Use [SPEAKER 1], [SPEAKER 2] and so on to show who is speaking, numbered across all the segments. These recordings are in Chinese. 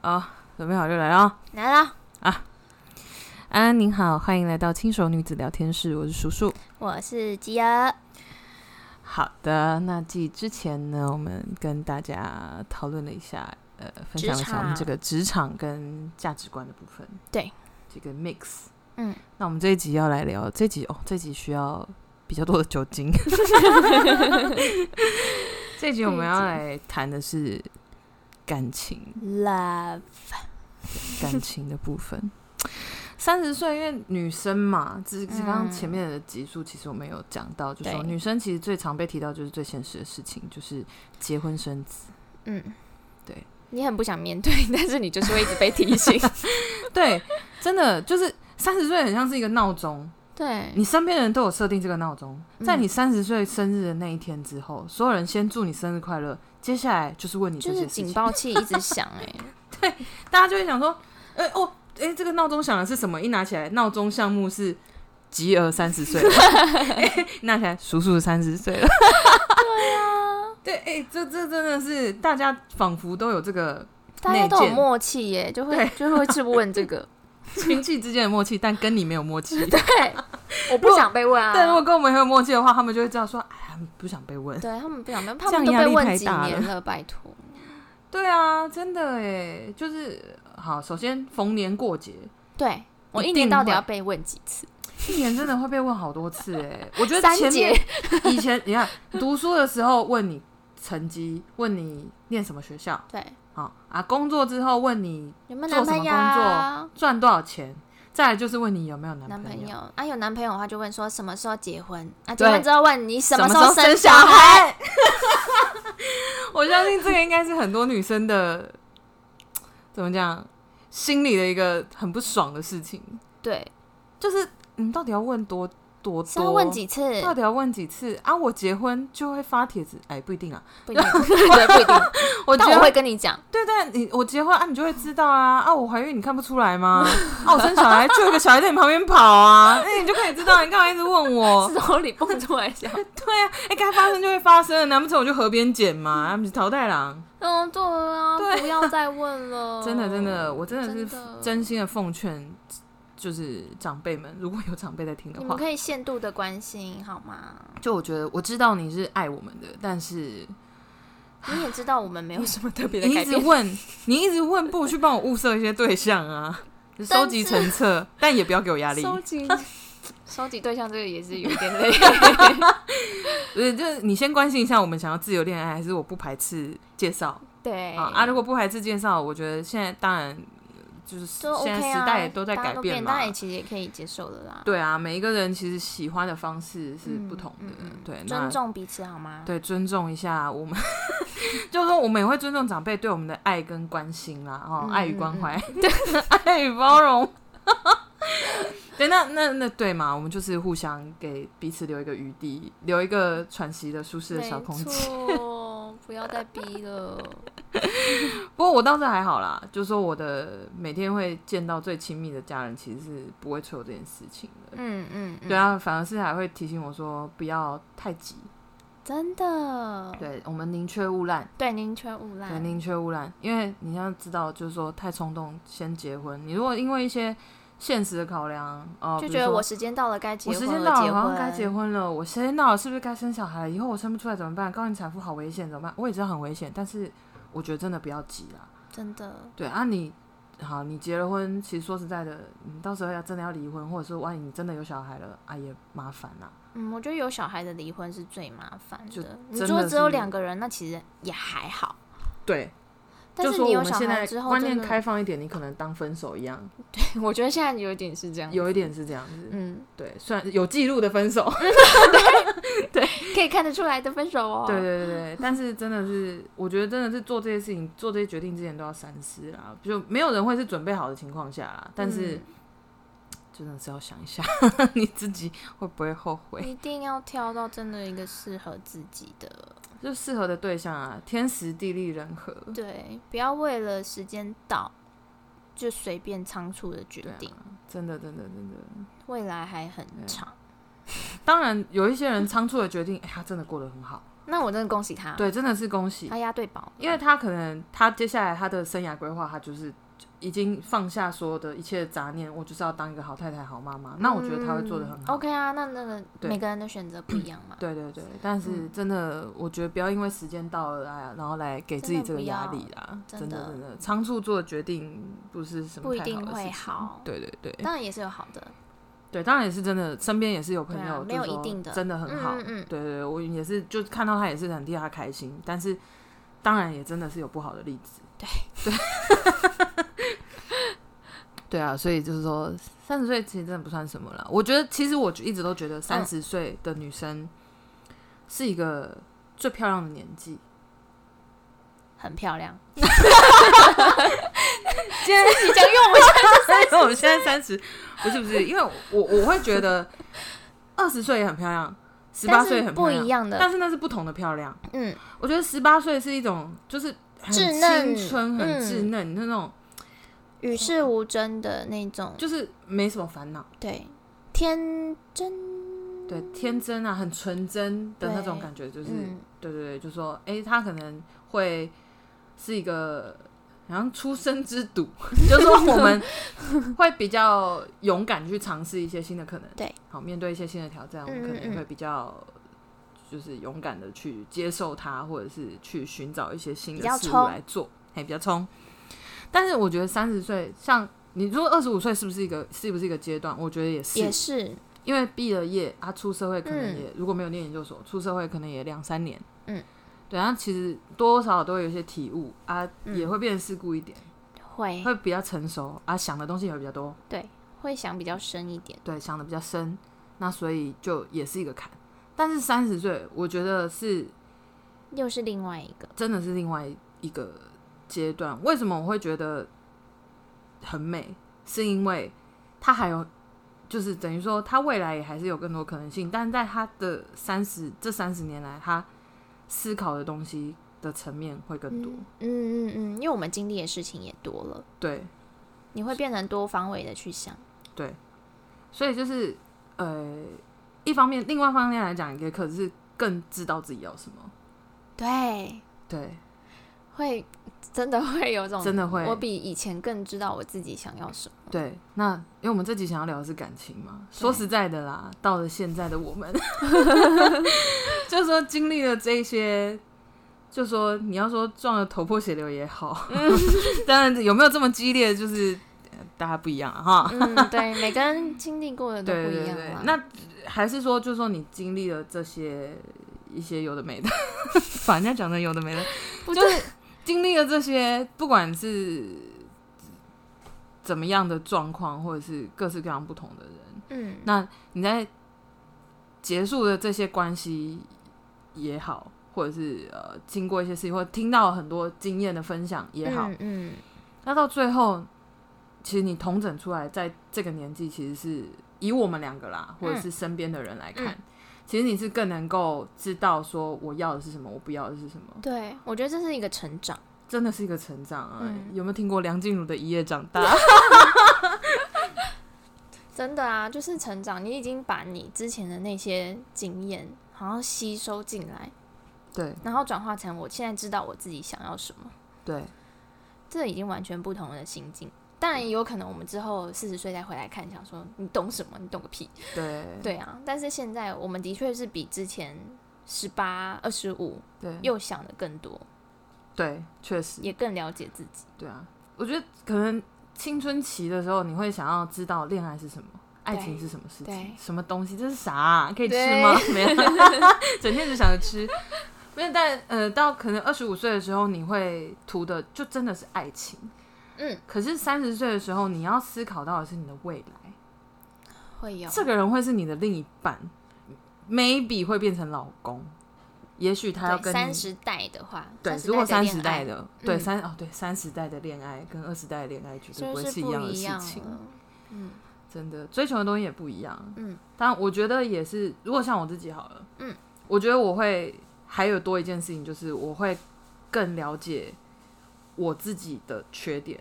[SPEAKER 1] 啊，准备好就来了啊！
[SPEAKER 2] 来啦，
[SPEAKER 1] 安安您好，欢迎来到轻熟女子聊天室，我是叔叔。
[SPEAKER 2] 我是吉儿。
[SPEAKER 1] 好的，那继之前呢，我们跟大家讨论了一下，呃，分享了一
[SPEAKER 2] 职
[SPEAKER 1] 下
[SPEAKER 2] 场
[SPEAKER 1] 我们这个职场跟价值观的部分，
[SPEAKER 2] 对，
[SPEAKER 1] 这个 mix。
[SPEAKER 2] 嗯，
[SPEAKER 1] 那我们这一集要来聊，这集哦，这集需要比较多的酒精。 这集我们要来谈的是感情，
[SPEAKER 2] Love，
[SPEAKER 1] 感情的部分。三十岁，因为女生嘛，只只刚刚
[SPEAKER 2] 嗯
[SPEAKER 1] 前面的集数，其实我们有讲到，就说
[SPEAKER 2] 对
[SPEAKER 1] 女生其实最常被提到就是最现实的事情，就是结婚生子。
[SPEAKER 2] 嗯，
[SPEAKER 1] 对，
[SPEAKER 2] 你很不想面对，但是你就是会一直被提 醒。
[SPEAKER 1] 对，真的就是三十岁很像是一个闹钟，
[SPEAKER 2] 对，
[SPEAKER 1] 你身边的人都有设定这个闹钟，
[SPEAKER 2] 嗯
[SPEAKER 1] 在你三十岁生日的那一天之后，所有人先祝你生日快乐，接下来就是问你这
[SPEAKER 2] 就
[SPEAKER 1] 些
[SPEAKER 2] 是
[SPEAKER 1] 事情，
[SPEAKER 2] 警报器一直响哎、
[SPEAKER 1] 大家就会想说，哎、哦，哎、这个闹钟响的是什么？一拿起来，闹钟项目是吉儿三十岁了，哎拿起来叔叔三十岁了。对啊，对，哎、这这真的是大家仿佛都有这个
[SPEAKER 2] 大家都
[SPEAKER 1] 内
[SPEAKER 2] 有
[SPEAKER 1] 建
[SPEAKER 2] 默契耶、就会
[SPEAKER 1] 对
[SPEAKER 2] 就会去问这个。
[SPEAKER 1] 亲戚之间的默契，但跟你没有默契。
[SPEAKER 2] 对，我不想被问啊。
[SPEAKER 1] 但如果跟我们很有默契的话，他们就会知道说，哎呀，不想被问。
[SPEAKER 2] 对他们不想被问，
[SPEAKER 1] 这
[SPEAKER 2] 他
[SPEAKER 1] 样
[SPEAKER 2] 们都
[SPEAKER 1] 压
[SPEAKER 2] 被
[SPEAKER 1] 力
[SPEAKER 2] 问
[SPEAKER 1] 太
[SPEAKER 2] 几
[SPEAKER 1] 大了
[SPEAKER 2] 年了，拜托。
[SPEAKER 1] 对啊，真的哎，就是好。首先逢年过节，
[SPEAKER 2] 对我
[SPEAKER 1] 一
[SPEAKER 2] 一
[SPEAKER 1] 定
[SPEAKER 2] 年到底
[SPEAKER 1] 会
[SPEAKER 2] 要被问几次？
[SPEAKER 1] 一年真的会被问好多次 哎。我觉得
[SPEAKER 2] 三
[SPEAKER 1] 前面
[SPEAKER 2] 节
[SPEAKER 1] 以前你看读书的时候问你成绩，问你念什么学校，
[SPEAKER 2] 对，
[SPEAKER 1] 好啊，工作之后问你
[SPEAKER 2] 有没有
[SPEAKER 1] 做
[SPEAKER 2] 男
[SPEAKER 1] 什么
[SPEAKER 2] 朋友
[SPEAKER 1] 工
[SPEAKER 2] 啊？
[SPEAKER 1] 赚多少钱，再来就是问你有没有男
[SPEAKER 2] 男
[SPEAKER 1] 朋
[SPEAKER 2] 朋
[SPEAKER 1] 友，
[SPEAKER 2] 友啊，有男朋友的话就问说什么时候结婚啊？结
[SPEAKER 1] 对
[SPEAKER 2] 婚之后问你什么时
[SPEAKER 1] 时候
[SPEAKER 2] 候生
[SPEAKER 1] 小
[SPEAKER 2] 小孩？？
[SPEAKER 1] 我相信这个应该是很多女生的怎么讲，心里的一个很不爽的事情，
[SPEAKER 2] 对，
[SPEAKER 1] 就是你到底要问多多
[SPEAKER 2] 是
[SPEAKER 1] 多
[SPEAKER 2] 要问几次？
[SPEAKER 1] 到底要问几次啊？我结婚就会发帖子，哎，不一定 啊。
[SPEAKER 2] 不一定，对，不一定。
[SPEAKER 1] 我结
[SPEAKER 2] 但我
[SPEAKER 1] 婚
[SPEAKER 2] 会跟你 讲，
[SPEAKER 1] 对对，你我结婚啊，你就会知道啊啊！我怀孕你看不出来吗？啊，我生小孩就有一个小孩在你旁边跑啊，那、你就可以知道，你干嘛一直问我？
[SPEAKER 2] 是从里蹦出来讲。
[SPEAKER 1] 对啊，哎、该发生就会发生，啊难不成我就河边捡嘛？啊他们是淘汰郎，
[SPEAKER 2] 嗯，对啊，
[SPEAKER 1] 对
[SPEAKER 2] 不要再问了。
[SPEAKER 1] 真的真的，我真的是
[SPEAKER 2] 哦真的
[SPEAKER 1] 真心的奉劝，就是长辈们，如果有长辈在听的
[SPEAKER 2] 你
[SPEAKER 1] 话
[SPEAKER 2] 们，可以限度的关心好吗？
[SPEAKER 1] 就我觉得我知道你是爱我们的，但是
[SPEAKER 2] 你也知道我们没有什么特 别的
[SPEAKER 1] 你
[SPEAKER 2] 改
[SPEAKER 1] 一直
[SPEAKER 2] 变，
[SPEAKER 1] 问，你一直问，不如去帮我物色一些对象 啊，收集成册，但也不要给我压力。
[SPEAKER 2] 收集 收集对象这个也是有一点 累。
[SPEAKER 1] 呃，就是你先关心一下，我们想要自由恋爱，还是我不排斥介绍
[SPEAKER 2] 对
[SPEAKER 1] 啊？啊，如果不排斥介绍，我觉得现在当然呃就是
[SPEAKER 2] 就 OK
[SPEAKER 1] 现
[SPEAKER 2] 啊，
[SPEAKER 1] 在时代也都在
[SPEAKER 2] 大家
[SPEAKER 1] 改变嘛
[SPEAKER 2] 大家。也其实也可以接受的啦。
[SPEAKER 1] 对啊，每一个人其实喜欢的方式是不同的
[SPEAKER 2] 嗯嗯嗯，
[SPEAKER 1] 对，那
[SPEAKER 2] 尊重彼此好吗？
[SPEAKER 1] 对尊重一下我们， 就是说我们也会尊重长辈对我们的爱跟关心啦，哦，
[SPEAKER 2] 嗯
[SPEAKER 1] 爱与
[SPEAKER 2] 嗯
[SPEAKER 1] 关
[SPEAKER 2] 嗯
[SPEAKER 1] 怀， 爱与包容。 对，那那那对嘛，我们就是互相给彼此留一个余地，留一个喘息的舒适的
[SPEAKER 2] 没
[SPEAKER 1] 小空间。
[SPEAKER 2] 错，不要再 逼了。
[SPEAKER 1] 不过我倒是还好啦，就是说我的每天会见到最亲密的家人，其实是不会催我这件事情的。
[SPEAKER 2] 嗯嗯，嗯
[SPEAKER 1] 对，啊，反而是还会提醒我说不要太急，
[SPEAKER 2] 真的。
[SPEAKER 1] 对我们宁缺毋滥，
[SPEAKER 2] 对，宁缺毋
[SPEAKER 1] 对
[SPEAKER 2] 滥。
[SPEAKER 1] 宁缺毋滥，因为你要知道，就是说太冲动先结婚，你如果因为一些现实的考量，哦、
[SPEAKER 2] 就
[SPEAKER 1] 比如
[SPEAKER 2] 觉得
[SPEAKER 1] 说
[SPEAKER 2] 我时间到了该结
[SPEAKER 1] 我
[SPEAKER 2] 婚
[SPEAKER 1] 时间到了，
[SPEAKER 2] 结
[SPEAKER 1] 好像该结
[SPEAKER 2] 婚。
[SPEAKER 1] 婚了，我时间到了，是不是该生小孩了？以后我生不出来怎么办？高龄产妇好危险，怎么办？我也知道很危险，但是我觉得真的不要急啦。
[SPEAKER 2] 真的，
[SPEAKER 1] 对啊你，好，你结了婚，其实说实在的，你到时候要真的要离婚，或者说万一你真的有小孩了，啊也麻烦啦、
[SPEAKER 2] 嗯，我觉得有小孩的离婚是最麻烦
[SPEAKER 1] 就
[SPEAKER 2] 的。你
[SPEAKER 1] 真
[SPEAKER 2] 说
[SPEAKER 1] 的
[SPEAKER 2] 只有
[SPEAKER 1] 是
[SPEAKER 2] 两个人，那其实也还好。
[SPEAKER 1] 对，
[SPEAKER 2] 但
[SPEAKER 1] 就是说
[SPEAKER 2] 你
[SPEAKER 1] 我
[SPEAKER 2] 有
[SPEAKER 1] 们
[SPEAKER 2] 小
[SPEAKER 1] 现
[SPEAKER 2] 孩
[SPEAKER 1] 在
[SPEAKER 2] 之后，
[SPEAKER 1] 观念
[SPEAKER 2] 真的
[SPEAKER 1] 开，放一点，你可能当分手一样，
[SPEAKER 2] 我觉得现在有一点是这样。
[SPEAKER 1] 有一点是这样子。
[SPEAKER 2] 嗯，
[SPEAKER 1] 对，虽然有记录的分手，
[SPEAKER 2] 可以看得出来的分手哦。
[SPEAKER 1] 对对对对，但是真的是，我觉得真的是做这些事情、做这些决定之前都要三思啦。就没有人会是准备好的情况下啦，但
[SPEAKER 2] 嗯
[SPEAKER 1] 是、真的是要想一下 你自己会不会后悔
[SPEAKER 2] 嗯。一定要挑到真的一个适合自己的。
[SPEAKER 1] 就适合的对象啊，天时地利人和。
[SPEAKER 2] 对，不要为了时间到就随便仓促的决
[SPEAKER 1] 对啊
[SPEAKER 2] 定，
[SPEAKER 1] 真的，真的，真的，
[SPEAKER 2] 未来还很
[SPEAKER 1] 对啊
[SPEAKER 2] 长。
[SPEAKER 1] 当然有一些人仓促的决定，哎、他真的过得很好，
[SPEAKER 2] 那我真的恭喜他，
[SPEAKER 1] 对，真的是恭喜，
[SPEAKER 2] 他押对宝，
[SPEAKER 1] 因为他可能他接下来他的生涯规划，他就是已经放下所有的一切杂念，我就是要当一个好太太、好妈妈。那我觉得他会做的很好。
[SPEAKER 2] OK 啊，那那个
[SPEAKER 1] 对
[SPEAKER 2] 每个人的选择不一样 嘛，
[SPEAKER 1] 对对对，但
[SPEAKER 2] 嗯
[SPEAKER 1] 是真的，我觉得不要因为时间到了啊，然后来给自己这个压力啦。
[SPEAKER 2] 真
[SPEAKER 1] 真
[SPEAKER 2] 的不要
[SPEAKER 1] 的
[SPEAKER 2] 真的
[SPEAKER 1] 真的，仓促做的决定不是什么
[SPEAKER 2] 不一
[SPEAKER 1] 太
[SPEAKER 2] 定
[SPEAKER 1] 的
[SPEAKER 2] 会
[SPEAKER 1] 事情。
[SPEAKER 2] 好，
[SPEAKER 1] 对对对
[SPEAKER 2] 当然也是有好的，
[SPEAKER 1] 对，当然也是真的，身边也是有朋
[SPEAKER 2] 对啊
[SPEAKER 1] 友、
[SPEAKER 2] 没有
[SPEAKER 1] 就说
[SPEAKER 2] 一定的
[SPEAKER 1] 真的很好。
[SPEAKER 2] 嗯嗯
[SPEAKER 1] 对对对，我也是就看到他也是很替他开心，但是当然也真的是有不好的例子。
[SPEAKER 2] 对
[SPEAKER 1] 对。 对啊，所以就是说，三十岁其实真的不算什么了。我觉得，其实我一直都觉得
[SPEAKER 2] 嗯
[SPEAKER 1] 三十岁的女生是一个最漂亮的年纪。
[SPEAKER 2] 嗯，很 漂亮，
[SPEAKER 1] 今天
[SPEAKER 2] 你讲用我
[SPEAKER 1] 因 为我现在三十，不是不是，因为我我会觉得二十岁也很漂亮，十八
[SPEAKER 2] 但
[SPEAKER 1] 岁也
[SPEAKER 2] 是
[SPEAKER 1] 很漂
[SPEAKER 2] 不
[SPEAKER 1] 亮
[SPEAKER 2] 一，样的，
[SPEAKER 1] 但是那是不同的漂亮。
[SPEAKER 2] 嗯，
[SPEAKER 1] 我觉得十八岁是一种就是很
[SPEAKER 2] 稚嫩嗯
[SPEAKER 1] 青春、很稚嫩，那种
[SPEAKER 2] 与世无争的那种，
[SPEAKER 1] 嗯就是没什么烦恼，
[SPEAKER 2] 对，天真，
[SPEAKER 1] 对，天真啊，很纯真的那种
[SPEAKER 2] 对
[SPEAKER 1] 感觉，就是
[SPEAKER 2] 嗯，
[SPEAKER 1] 对对对，就说哎、诶他可能会是一个。好像出生之赌， 就是说我 们会比较勇敢去尝试一些新的可能，
[SPEAKER 2] 对，
[SPEAKER 1] 好面对一些新的挑战，我们可
[SPEAKER 2] 嗯嗯
[SPEAKER 1] 能
[SPEAKER 2] 嗯
[SPEAKER 1] 会比较就是勇敢的去接受它，或者是去寻找一些新
[SPEAKER 2] 比
[SPEAKER 1] 的
[SPEAKER 2] 较
[SPEAKER 1] 事物
[SPEAKER 2] 冲
[SPEAKER 1] 来做，嘿，比较冲。但是我觉得三十岁，像你说二十五岁是不是一个是不是一个阶段？我觉得也是，
[SPEAKER 2] 也是，
[SPEAKER 1] 因为毕了业，他、出社会可能
[SPEAKER 2] 嗯
[SPEAKER 1] 也、如果没有念研究所，出社会可能也两三年。
[SPEAKER 2] 嗯，
[SPEAKER 1] 对，然后其实多多少少都会有一些体悟啊，
[SPEAKER 2] 嗯
[SPEAKER 1] 也会变得世故一点，
[SPEAKER 2] 会
[SPEAKER 1] 会比较成熟啊，想的东西也会比较多，
[SPEAKER 2] 对，会想比较深一点，
[SPEAKER 1] 对，想的比较深，那所以就也是一个坎。但是三十岁，我觉得是
[SPEAKER 2] 又是另外一个，
[SPEAKER 1] 真的是另外一个阶段。为什么我会觉得很美？是因为它还有，就是等于说，它未来也还是有更多可能性。但在他的三十这三十年来，他思考的东西的层面会更多。
[SPEAKER 2] 嗯嗯嗯，因为我们经历的事情也多了，
[SPEAKER 1] 对
[SPEAKER 2] 你会变成多方位的去想，
[SPEAKER 1] 对，所以就是呃，一方面，另外一方面来讲，也可是更知道自己要什么。
[SPEAKER 2] 对，
[SPEAKER 1] 对，
[SPEAKER 2] 会真的会有种
[SPEAKER 1] 真的会
[SPEAKER 2] 我比以前更知道我自己想要 什么。
[SPEAKER 1] 对，那因为我们这集想要聊的是感情嘛，说实在的啦，到了现在的我 们，就说经历了这些，就说你要说撞得头破血流也好，
[SPEAKER 2] 嗯
[SPEAKER 1] 当然有没有这么激烈，就是呃大家不一样啊哈。
[SPEAKER 2] 嗯，对，每个人经历过的都
[SPEAKER 1] 对
[SPEAKER 2] 不一
[SPEAKER 1] 对
[SPEAKER 2] 样
[SPEAKER 1] 对
[SPEAKER 2] 嘛，。
[SPEAKER 1] 那还是说，就说你经历了这些一些有的没的， 把人家讲成有的没的，
[SPEAKER 2] 不
[SPEAKER 1] 就是经历了这些，不管是怎么样的状况，或者是各式各样不同的人，
[SPEAKER 2] 嗯，
[SPEAKER 1] 那你在结束的这些关系也好，或者是呃经过一些事情，或者听到很多经验的分享也好，
[SPEAKER 2] 嗯嗯，
[SPEAKER 1] 那到最后，其实你统整出来，在这个年纪，其实是以我们两个啦，或者是身边的人来看，
[SPEAKER 2] 嗯
[SPEAKER 1] 其实你是更能够知道说我要的是什么，我不要的是什么，
[SPEAKER 2] 对，我觉得这是一个成长，
[SPEAKER 1] 真的是一个成长啊！
[SPEAKER 2] 嗯
[SPEAKER 1] 有没有听过梁静茹的《一夜长 大》？
[SPEAKER 2] 真的啊，就是成长。你已经把你之前的那些经验，好像吸收进来，
[SPEAKER 1] 对
[SPEAKER 2] 然后转化成我现在知道我自己想要什么，
[SPEAKER 1] 对
[SPEAKER 2] 这已经完全不同的心境。当然也有可能，我们之后四十岁再回来看，想说你懂什么？你懂个屁！
[SPEAKER 1] 对
[SPEAKER 2] 对啊，但是现在我们的确是比之前十八、二十五
[SPEAKER 1] 对
[SPEAKER 2] 又想的更多，
[SPEAKER 1] 对，确实
[SPEAKER 2] 也更了解自己。
[SPEAKER 1] 对啊，我觉得可能青春期的时候，你会想要知道恋爱是什么，爱情是什么事
[SPEAKER 2] 对
[SPEAKER 1] 情，什么东西，这是啥啊、可以吃 吗？没有， 整天只想着吃。没有，但呃，到可能二十五岁的时候，你会图的就真的是爱情。
[SPEAKER 2] 嗯，
[SPEAKER 1] 可是三十岁的时候，你要思考到的是你的未来，
[SPEAKER 2] 会有
[SPEAKER 1] 这个人会是你的另一半，maybe 会变成老公，也许他要跟
[SPEAKER 2] 对
[SPEAKER 1] 你
[SPEAKER 2] 三十代的话，
[SPEAKER 1] 对，
[SPEAKER 2] 30
[SPEAKER 1] 如果
[SPEAKER 2] 代
[SPEAKER 1] 三
[SPEAKER 2] 恋
[SPEAKER 1] 十
[SPEAKER 2] 爱
[SPEAKER 1] 代的，对
[SPEAKER 2] 嗯
[SPEAKER 1] 三哦对三十代的恋爱跟二十代的恋爱绝对
[SPEAKER 2] 就
[SPEAKER 1] 会
[SPEAKER 2] 是
[SPEAKER 1] 一样
[SPEAKER 2] 不
[SPEAKER 1] 的
[SPEAKER 2] 一
[SPEAKER 1] 事
[SPEAKER 2] 样
[SPEAKER 1] 情，
[SPEAKER 2] 了。嗯
[SPEAKER 1] 真的追求的东西也不一样。
[SPEAKER 2] 嗯，
[SPEAKER 1] 但我觉得也是，如果像我自己好了，
[SPEAKER 2] 嗯，
[SPEAKER 1] 我觉得我会还有多一件事情，就是我会更了解我自己的缺点。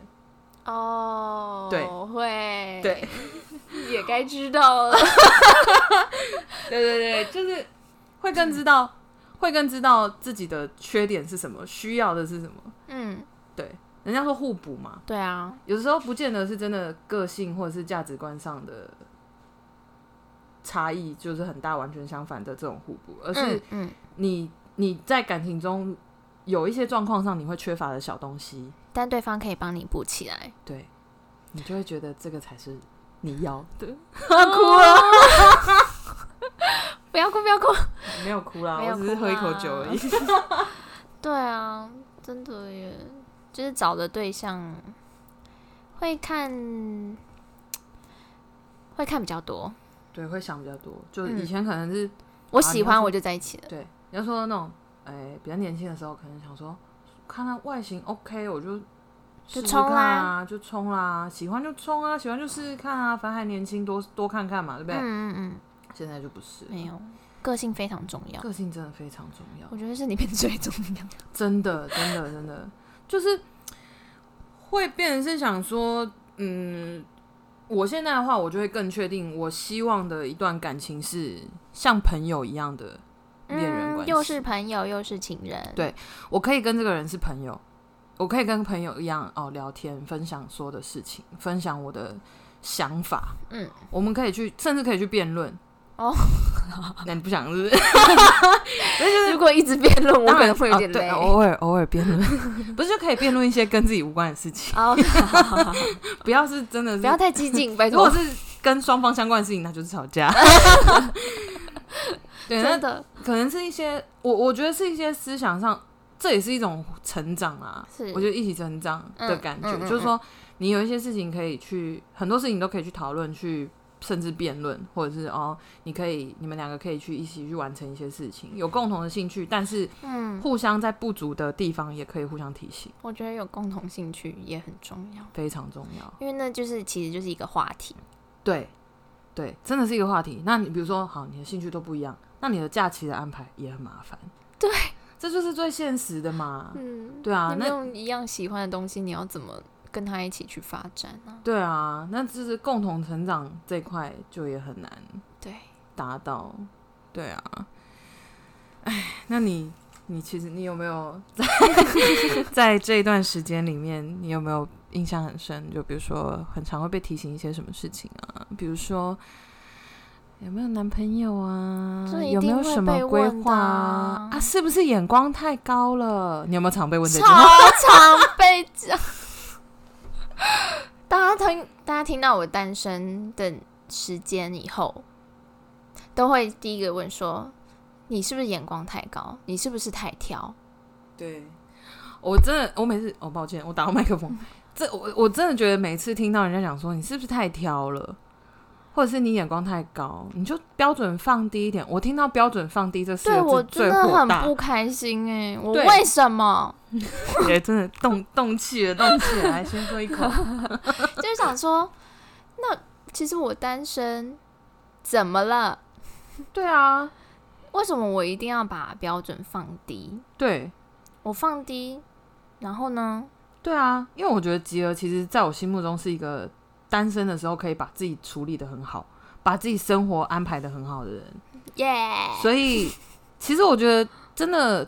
[SPEAKER 2] 哦，
[SPEAKER 1] 对
[SPEAKER 2] 会，
[SPEAKER 1] 对，
[SPEAKER 2] 也该知 道了。
[SPEAKER 1] 对对对，就是会更知道，会更知道自己的缺点是什么，需要的是什么。
[SPEAKER 2] 嗯，
[SPEAKER 1] 对，人家说互补嘛，
[SPEAKER 2] 对啊，
[SPEAKER 1] 有时候不见得是真的个性或者是价值观上的差异就是很大，完全相反的这种互补，而是
[SPEAKER 2] 嗯嗯，
[SPEAKER 1] 你你在感情中有一些状况上你会缺乏的小东西，
[SPEAKER 2] 但对方可以帮你补起来。
[SPEAKER 1] 对你就会觉得这个才是你要的。
[SPEAKER 2] 哭了，不要哭，不要哭。
[SPEAKER 1] 没有哭啦，
[SPEAKER 2] 没有
[SPEAKER 1] 我只是
[SPEAKER 2] 哭
[SPEAKER 1] 喝一口
[SPEAKER 2] 啦
[SPEAKER 1] 酒而已。
[SPEAKER 2] 对啊，真的耶，就是找的对象会看，会看比较多。
[SPEAKER 1] 对，会想比较多，就
[SPEAKER 2] 嗯
[SPEAKER 1] 以前可能是、
[SPEAKER 2] 我
[SPEAKER 1] 啊
[SPEAKER 2] 喜
[SPEAKER 1] 你要
[SPEAKER 2] 欢
[SPEAKER 1] 是
[SPEAKER 2] 我就在一起了。
[SPEAKER 1] 对，你要说那种，哎、比较年轻的时候，可能想说，看看外形 OK，我就试试
[SPEAKER 2] 冲
[SPEAKER 1] 看
[SPEAKER 2] 啦
[SPEAKER 1] 啊，就冲啦，喜欢就冲啊，喜欢就试试看啊，反正还年轻，多多看看嘛，对不啊对？
[SPEAKER 2] 嗯嗯
[SPEAKER 1] 现在就不是
[SPEAKER 2] 嗯，，没有，个性非常重要。
[SPEAKER 1] 个性真的非常重要，
[SPEAKER 2] 我觉得是你变最重要。
[SPEAKER 1] 真的，真的，真的，就是会变成是想说，嗯，我现在的话，我就会更确定，我希望的一段感情是像朋友一样的 恋人关系，
[SPEAKER 2] 嗯又是朋友又是情人，
[SPEAKER 1] 对我可以跟这个人是朋友，我可以跟朋友一样哦聊天，分享所有的事情，分享我的想法。
[SPEAKER 2] 嗯，
[SPEAKER 1] 我们可以去，甚至可以去辩论。
[SPEAKER 2] 哦，
[SPEAKER 1] 那你不想是不是？
[SPEAKER 2] 如果一直辩论，我
[SPEAKER 1] 当
[SPEAKER 2] 可
[SPEAKER 1] 然
[SPEAKER 2] 能会有点
[SPEAKER 1] 哦对
[SPEAKER 2] 累。
[SPEAKER 1] 偶尔偶尔辩论，不 是就可以辩论一些跟自己无关的事情？
[SPEAKER 2] 哦，
[SPEAKER 1] 不要是真的是，
[SPEAKER 2] 不要太激进，拜
[SPEAKER 1] 如果
[SPEAKER 2] 托。
[SPEAKER 1] 是跟双方相关的事情，那就是吵 架。对，那
[SPEAKER 2] 真的
[SPEAKER 1] 可能是一些我我觉得是一些思想上，这也是一种成长啊。
[SPEAKER 2] 是
[SPEAKER 1] 我觉得一起成长的感觉，
[SPEAKER 2] 嗯嗯嗯嗯
[SPEAKER 1] 就是说你有一些事情可以去，很多事情都可以去讨论，去甚至辩论，或者是哦，你可以你们两个可以去一起去完成一些事情，有共同的兴趣，但是
[SPEAKER 2] 嗯，
[SPEAKER 1] 互相在不足的地方也可以互相提醒，
[SPEAKER 2] 我觉得有共同兴趣也很重要，
[SPEAKER 1] 非常重要。
[SPEAKER 2] 因为那就是其实就是一个话题。
[SPEAKER 1] 对，对，真的是一个话题。那你比如说，好，你的兴趣都不一样，那你的假期的安排也很麻烦。
[SPEAKER 2] 对，
[SPEAKER 1] 这就是最现实的嘛。
[SPEAKER 2] 嗯，
[SPEAKER 1] 对啊
[SPEAKER 2] 你，没
[SPEAKER 1] 那
[SPEAKER 2] 有一样喜欢的东西，你要怎么 跟他一起去发展呢、
[SPEAKER 1] 对啊，那就是共同成长这块就也很难
[SPEAKER 2] 对，
[SPEAKER 1] 达到。对啊，哎，那你你其实你有没有 在在这一段时间里面，你有没有印象很深？就比如说，很常会被提醒一些什么事情啊？比如说。有没有男朋友啊
[SPEAKER 2] 这？一
[SPEAKER 1] 有没
[SPEAKER 2] 定
[SPEAKER 1] 有
[SPEAKER 2] 会
[SPEAKER 1] 什么
[SPEAKER 2] 被
[SPEAKER 1] 规
[SPEAKER 2] 问的
[SPEAKER 1] 划啊
[SPEAKER 2] 啊？
[SPEAKER 1] 啊，是不是眼光太高了？你有没有常被问这句
[SPEAKER 2] 超
[SPEAKER 1] 话？
[SPEAKER 2] 常被讲。大家听，大家听到我单身的时间以后，都会第一个问说：“你是不是眼光太高？你是不是太挑
[SPEAKER 1] 对，我真的，我每次，哦，抱歉，我打到麦克风。这我我真的觉得每次听到人家讲说你是不是太挑了，或者是你眼光太高，你就标准放低一点。我听到标准放低啊这？”四
[SPEAKER 2] 对
[SPEAKER 1] 个
[SPEAKER 2] 我
[SPEAKER 1] 字
[SPEAKER 2] 真
[SPEAKER 1] 最
[SPEAKER 2] 的
[SPEAKER 1] 火
[SPEAKER 2] 很
[SPEAKER 1] 大，
[SPEAKER 2] 不开心哎、我
[SPEAKER 1] 对
[SPEAKER 2] 为什么？
[SPEAKER 1] 也真的动动气了，动气了，来先喝一 口。
[SPEAKER 2] 就是想说， 那其实我单身怎么了？
[SPEAKER 1] 对啊，
[SPEAKER 2] 为什么我一定要把标准放低？
[SPEAKER 1] 对
[SPEAKER 2] 我放低，然后呢？
[SPEAKER 1] 对啊，因为我觉得吉儿其实在我心目中是一个单身的时候可以把自己处理的很好，把自己生活安排的很好的人。
[SPEAKER 2] 耶、
[SPEAKER 1] 所以，其实我觉得真的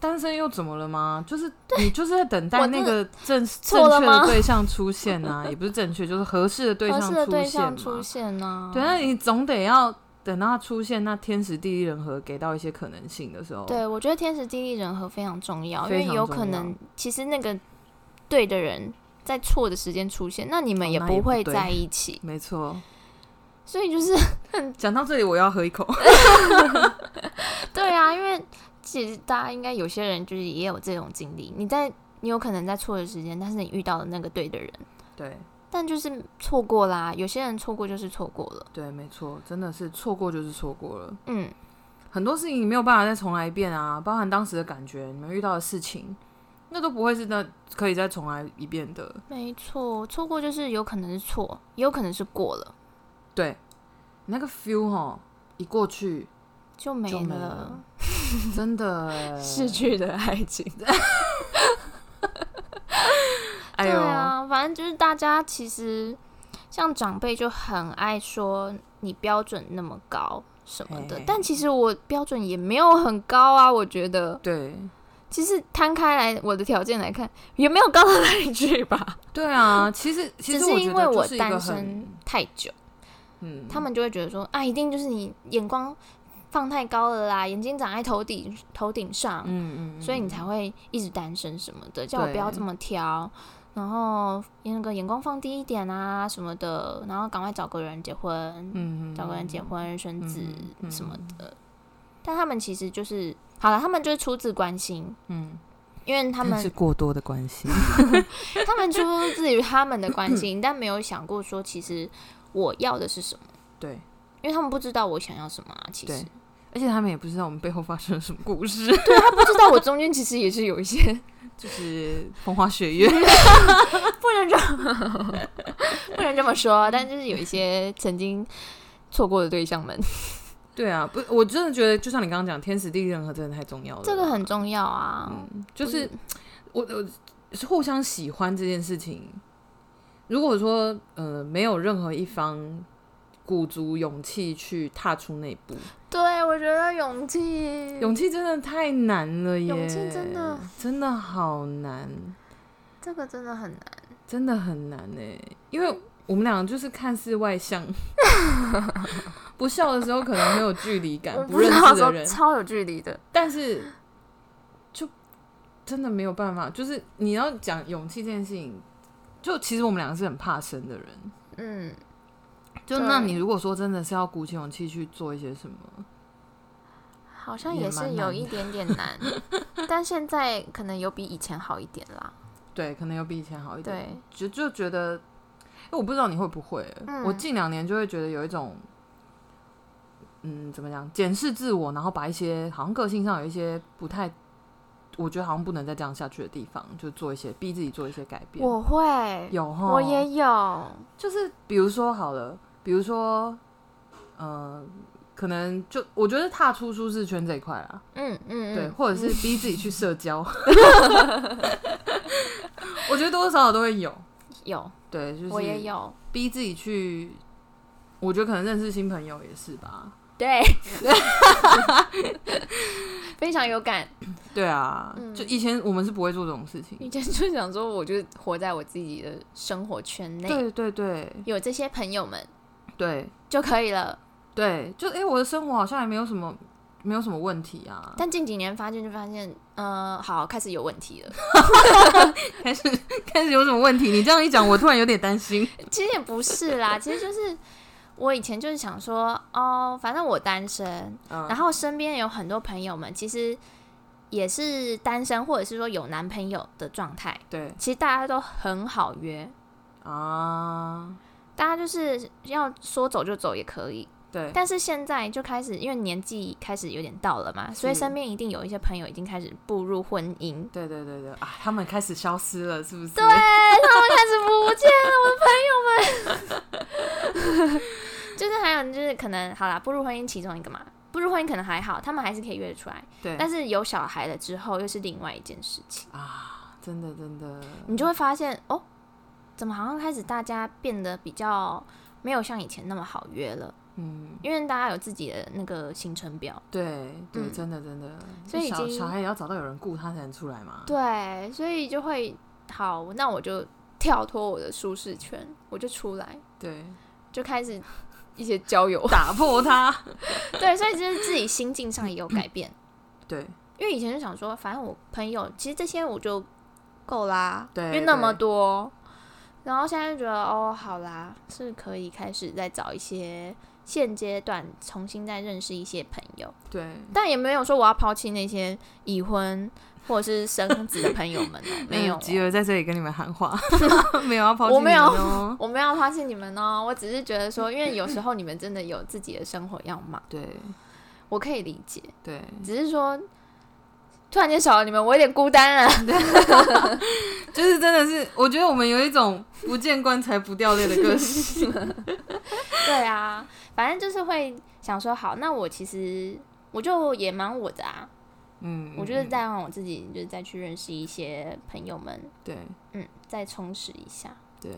[SPEAKER 1] 单身又怎么了吗？就是你就是在等待
[SPEAKER 2] 我真
[SPEAKER 1] 那
[SPEAKER 2] 的
[SPEAKER 1] 个正 正
[SPEAKER 2] 错了
[SPEAKER 1] 确
[SPEAKER 2] 吗
[SPEAKER 1] 的对象出现啊， 也不是正确，就是合适的对
[SPEAKER 2] 合
[SPEAKER 1] 象
[SPEAKER 2] 适的对象
[SPEAKER 1] 出
[SPEAKER 2] 出
[SPEAKER 1] 现嘛。
[SPEAKER 2] 现呢、
[SPEAKER 1] 对，那你总得要等到他出现，那天时地利人和给到一些可能性的时候，
[SPEAKER 2] 对我觉得天时地利人和非常重要，因
[SPEAKER 1] 非
[SPEAKER 2] 为
[SPEAKER 1] 常
[SPEAKER 2] 有
[SPEAKER 1] 重
[SPEAKER 2] 可能其实那个对的人在错的时间出现，那你们
[SPEAKER 1] 哦
[SPEAKER 2] 也
[SPEAKER 1] 那也
[SPEAKER 2] 不
[SPEAKER 1] 不
[SPEAKER 2] 会
[SPEAKER 1] 对
[SPEAKER 2] 在一起，
[SPEAKER 1] 没错。
[SPEAKER 2] 所以就是
[SPEAKER 1] 讲到这里，我要喝一口。
[SPEAKER 2] 对啊，因为其实大家应该有些人就是也有这种经历，你在你有可能在错的时间，但是你遇到了那个对的人，
[SPEAKER 1] 对
[SPEAKER 2] 但就是错过啦，有些人错过就是错过了，
[SPEAKER 1] 对，没错，真的是错过就是错过了，
[SPEAKER 2] 嗯，
[SPEAKER 1] 很多事情你没有办法再重来一遍啊，包含当时的感觉，你们遇到的事情，那都不会是那可以再重来一遍的。
[SPEAKER 2] 没错，错过就是有可能是错，也有可能是过了
[SPEAKER 1] 对，你那个 feel 哈，一过 去
[SPEAKER 2] 就没
[SPEAKER 1] 就没
[SPEAKER 2] 了
[SPEAKER 1] 了，真的欸
[SPEAKER 2] 去的爱情。
[SPEAKER 1] 哎
[SPEAKER 2] 对
[SPEAKER 1] 呦，哎
[SPEAKER 2] 啊啊，反正就是大家其实像长辈就很爱说你标准那么高什么的
[SPEAKER 1] 嘿，
[SPEAKER 2] 但其实我标准也没有很高啊，我觉得，
[SPEAKER 1] 对
[SPEAKER 2] 其实摊开来我的条件来看，也没有高到哪里去吧，
[SPEAKER 1] 对 啊，其实 其实
[SPEAKER 2] 只是
[SPEAKER 1] 觉
[SPEAKER 2] 因为
[SPEAKER 1] 得就
[SPEAKER 2] 我
[SPEAKER 1] 是一个
[SPEAKER 2] 单
[SPEAKER 1] 很
[SPEAKER 2] 身太久，
[SPEAKER 1] 嗯，
[SPEAKER 2] 他们就会觉得说啊，一定就是你眼光放太高了啦，眼睛长在头顶头顶上，
[SPEAKER 1] 嗯嗯，
[SPEAKER 2] 所以你
[SPEAKER 1] 嗯
[SPEAKER 2] 才会一直单身什么的，叫我不要
[SPEAKER 1] 对
[SPEAKER 2] 这么挑，然后那个眼光放低一点啊什么的，然后赶快找个人结婚，
[SPEAKER 1] 嗯
[SPEAKER 2] 找个人结婚生子
[SPEAKER 1] 嗯嗯
[SPEAKER 2] 什么的。但他们其实就是好了，他们就是出自关心，
[SPEAKER 1] 嗯，
[SPEAKER 2] 因为他
[SPEAKER 1] 他
[SPEAKER 2] 们
[SPEAKER 1] 们 是过多的关心，
[SPEAKER 2] 他们出自于他们的关心，但没有想过说其实我要的是什么，
[SPEAKER 1] 对
[SPEAKER 2] 因为他们不知道我想要什么啊。其实
[SPEAKER 1] 对，而且他们也不知道我们背后发生了什么故事，
[SPEAKER 2] 不知道我中间其实也是有一些
[SPEAKER 1] 就是风花雪 月，
[SPEAKER 2] 不能这么 不能这么说，但就是有一些曾经错过的对象们，
[SPEAKER 1] 对啊，不，我真的觉得就像你刚刚讲，天时地利人和真的太重要了，
[SPEAKER 2] 这个很重要啊。
[SPEAKER 1] 就是我我是互相喜欢这件事情。如果说呃没有任何一方鼓足勇气去踏出那一步，
[SPEAKER 2] 对，我觉得勇气，
[SPEAKER 1] 勇气真的太难了耶！
[SPEAKER 2] 嗯勇气真的
[SPEAKER 1] 真的好难，
[SPEAKER 2] 这个真的很难。
[SPEAKER 1] 真的很难哎，因为我们两个就是看似外 向，不笑的时候可能很有距离感，
[SPEAKER 2] 我
[SPEAKER 1] 不
[SPEAKER 2] 知
[SPEAKER 1] 认
[SPEAKER 2] 道
[SPEAKER 1] 识
[SPEAKER 2] 说
[SPEAKER 1] 的人，
[SPEAKER 2] 超有距离的，
[SPEAKER 1] 但是就真的没有办法，就是你要讲勇气这件事情，就其实我们两个是很怕生的人。
[SPEAKER 2] 嗯，
[SPEAKER 1] 就
[SPEAKER 2] 对
[SPEAKER 1] 那你如果说真的是要鼓起勇气去做一些什么，
[SPEAKER 2] 好像
[SPEAKER 1] 也
[SPEAKER 2] 也是
[SPEAKER 1] 蛮
[SPEAKER 2] 有
[SPEAKER 1] 难
[SPEAKER 2] 一
[SPEAKER 1] 的
[SPEAKER 2] 点点 难，但现在可能有比以前好一点啦。
[SPEAKER 1] 对，可能有比以前好一点。
[SPEAKER 2] 对，
[SPEAKER 1] 就就觉得，因为我不知道你会不会，
[SPEAKER 2] 嗯
[SPEAKER 1] 我近两年就会觉得有一种，嗯，怎么讲，检视自我，然后把一些好像个性上有一些不太，我觉得好像不能再这样下去的地方，就做一些逼自己做一些改变。
[SPEAKER 2] 我会，
[SPEAKER 1] 有哈，
[SPEAKER 2] 我也有，
[SPEAKER 1] 就是比如说好了，比如说，呃，可能就我觉得踏出舒适圈这一块啦，
[SPEAKER 2] 嗯嗯，
[SPEAKER 1] 对，
[SPEAKER 2] 嗯
[SPEAKER 1] 或者 是逼自己去社交，我觉得多多少少都会有。
[SPEAKER 2] 有，
[SPEAKER 1] 对，就是
[SPEAKER 2] 我也有，
[SPEAKER 1] 逼自己去，我觉得可能认识新朋友也是吧。
[SPEAKER 2] 对，非常有感。
[SPEAKER 1] 对啊，
[SPEAKER 2] 嗯
[SPEAKER 1] 就以前我们是不会做这种事情。
[SPEAKER 2] 以前就 想说，我就活在我自己的生活圈内，
[SPEAKER 1] 对对对
[SPEAKER 2] 有这些朋友们
[SPEAKER 1] 对
[SPEAKER 2] 就可以了。
[SPEAKER 1] 对，就哎、诶我的生活好像也没有什么没有什么问题啊。
[SPEAKER 2] 但近几年发现，就发现，呃，好，开始有问题了。
[SPEAKER 1] 开始 开始有什么问题？你这样一讲，我突然有点担心。
[SPEAKER 2] 其实也不是啦，其实就是我以前就是想说，哦，反正我单身，
[SPEAKER 1] 嗯
[SPEAKER 2] 然后身边有很多朋友们其实也是单身，或者是说有男朋友的状态，
[SPEAKER 1] 对
[SPEAKER 2] 其实大家都很好约，
[SPEAKER 1] 啊，
[SPEAKER 2] 大家就是要说走就走也可以。
[SPEAKER 1] 对
[SPEAKER 2] 但是现在就开始，因为年纪开始有点到了嘛，所以
[SPEAKER 1] 是
[SPEAKER 2] 身边一定有一些朋友已经开始步入婚 姻。
[SPEAKER 1] 对对对对啊，他们开始消失了，是不是？
[SPEAKER 2] 对他们开始不见了，我的朋友们。 就是还有就是可能好啦，步入婚姻其中一个嘛，步入婚姻可能还好，他们还是可以约得出来。
[SPEAKER 1] 对，
[SPEAKER 2] 但是有小孩了之后，又是另外一件事情，
[SPEAKER 1] 啊，真的真的，
[SPEAKER 2] 你就会发现哦，怎么好像开始大家变得比较没有像以前那么好约了，
[SPEAKER 1] 嗯，
[SPEAKER 2] 因为大家有自己的那个行程表。
[SPEAKER 1] 对对，
[SPEAKER 2] 嗯
[SPEAKER 1] 真的真的，
[SPEAKER 2] 所以已
[SPEAKER 1] 小
[SPEAKER 2] 经
[SPEAKER 1] 小孩也要找到有人顾他才能出来嘛。
[SPEAKER 2] 对，所以就会好，那我就跳脱我的舒适圈，我就出来，
[SPEAKER 1] 对，
[SPEAKER 2] 就开始一些交友。
[SPEAKER 1] 打破它。
[SPEAKER 2] 对，所以就是自己心境上也有改变，
[SPEAKER 1] 对
[SPEAKER 2] 因为以前就想说，反正我朋友其实这些我就够啦，
[SPEAKER 1] 对
[SPEAKER 2] 因为那么
[SPEAKER 1] 对
[SPEAKER 2] 多，然后现在就觉得哦，好啦，是可以开始再找一些现阶段重新再认识一些朋友，
[SPEAKER 1] 对，
[SPEAKER 2] 但也没有说我要抛弃那些已婚或者是生子的朋友们、 哦，没有哦、
[SPEAKER 1] 吉儿在这里跟你们喊 话，没有要抛弃
[SPEAKER 2] 我没有
[SPEAKER 1] 你们哦。
[SPEAKER 2] 我没有要抛弃你们哦，我只是觉得说，因为有时候你们真的有自己的生活要忙，
[SPEAKER 1] 对
[SPEAKER 2] 我可以理解。
[SPEAKER 1] 对，
[SPEAKER 2] 只是说，突然间少了你们，我有点孤单啊了。
[SPEAKER 1] 就是真的是，我觉得我们有一种不见棺材不掉泪的个 性。
[SPEAKER 2] 对啊， 反正就是会想说，好，那我其实我就也忙我的啊，
[SPEAKER 1] 嗯，
[SPEAKER 2] 我就是
[SPEAKER 1] 嗯
[SPEAKER 2] 再让我自己就是再去认识一些朋友们，
[SPEAKER 1] 对
[SPEAKER 2] 嗯，再充实一下。
[SPEAKER 1] 对，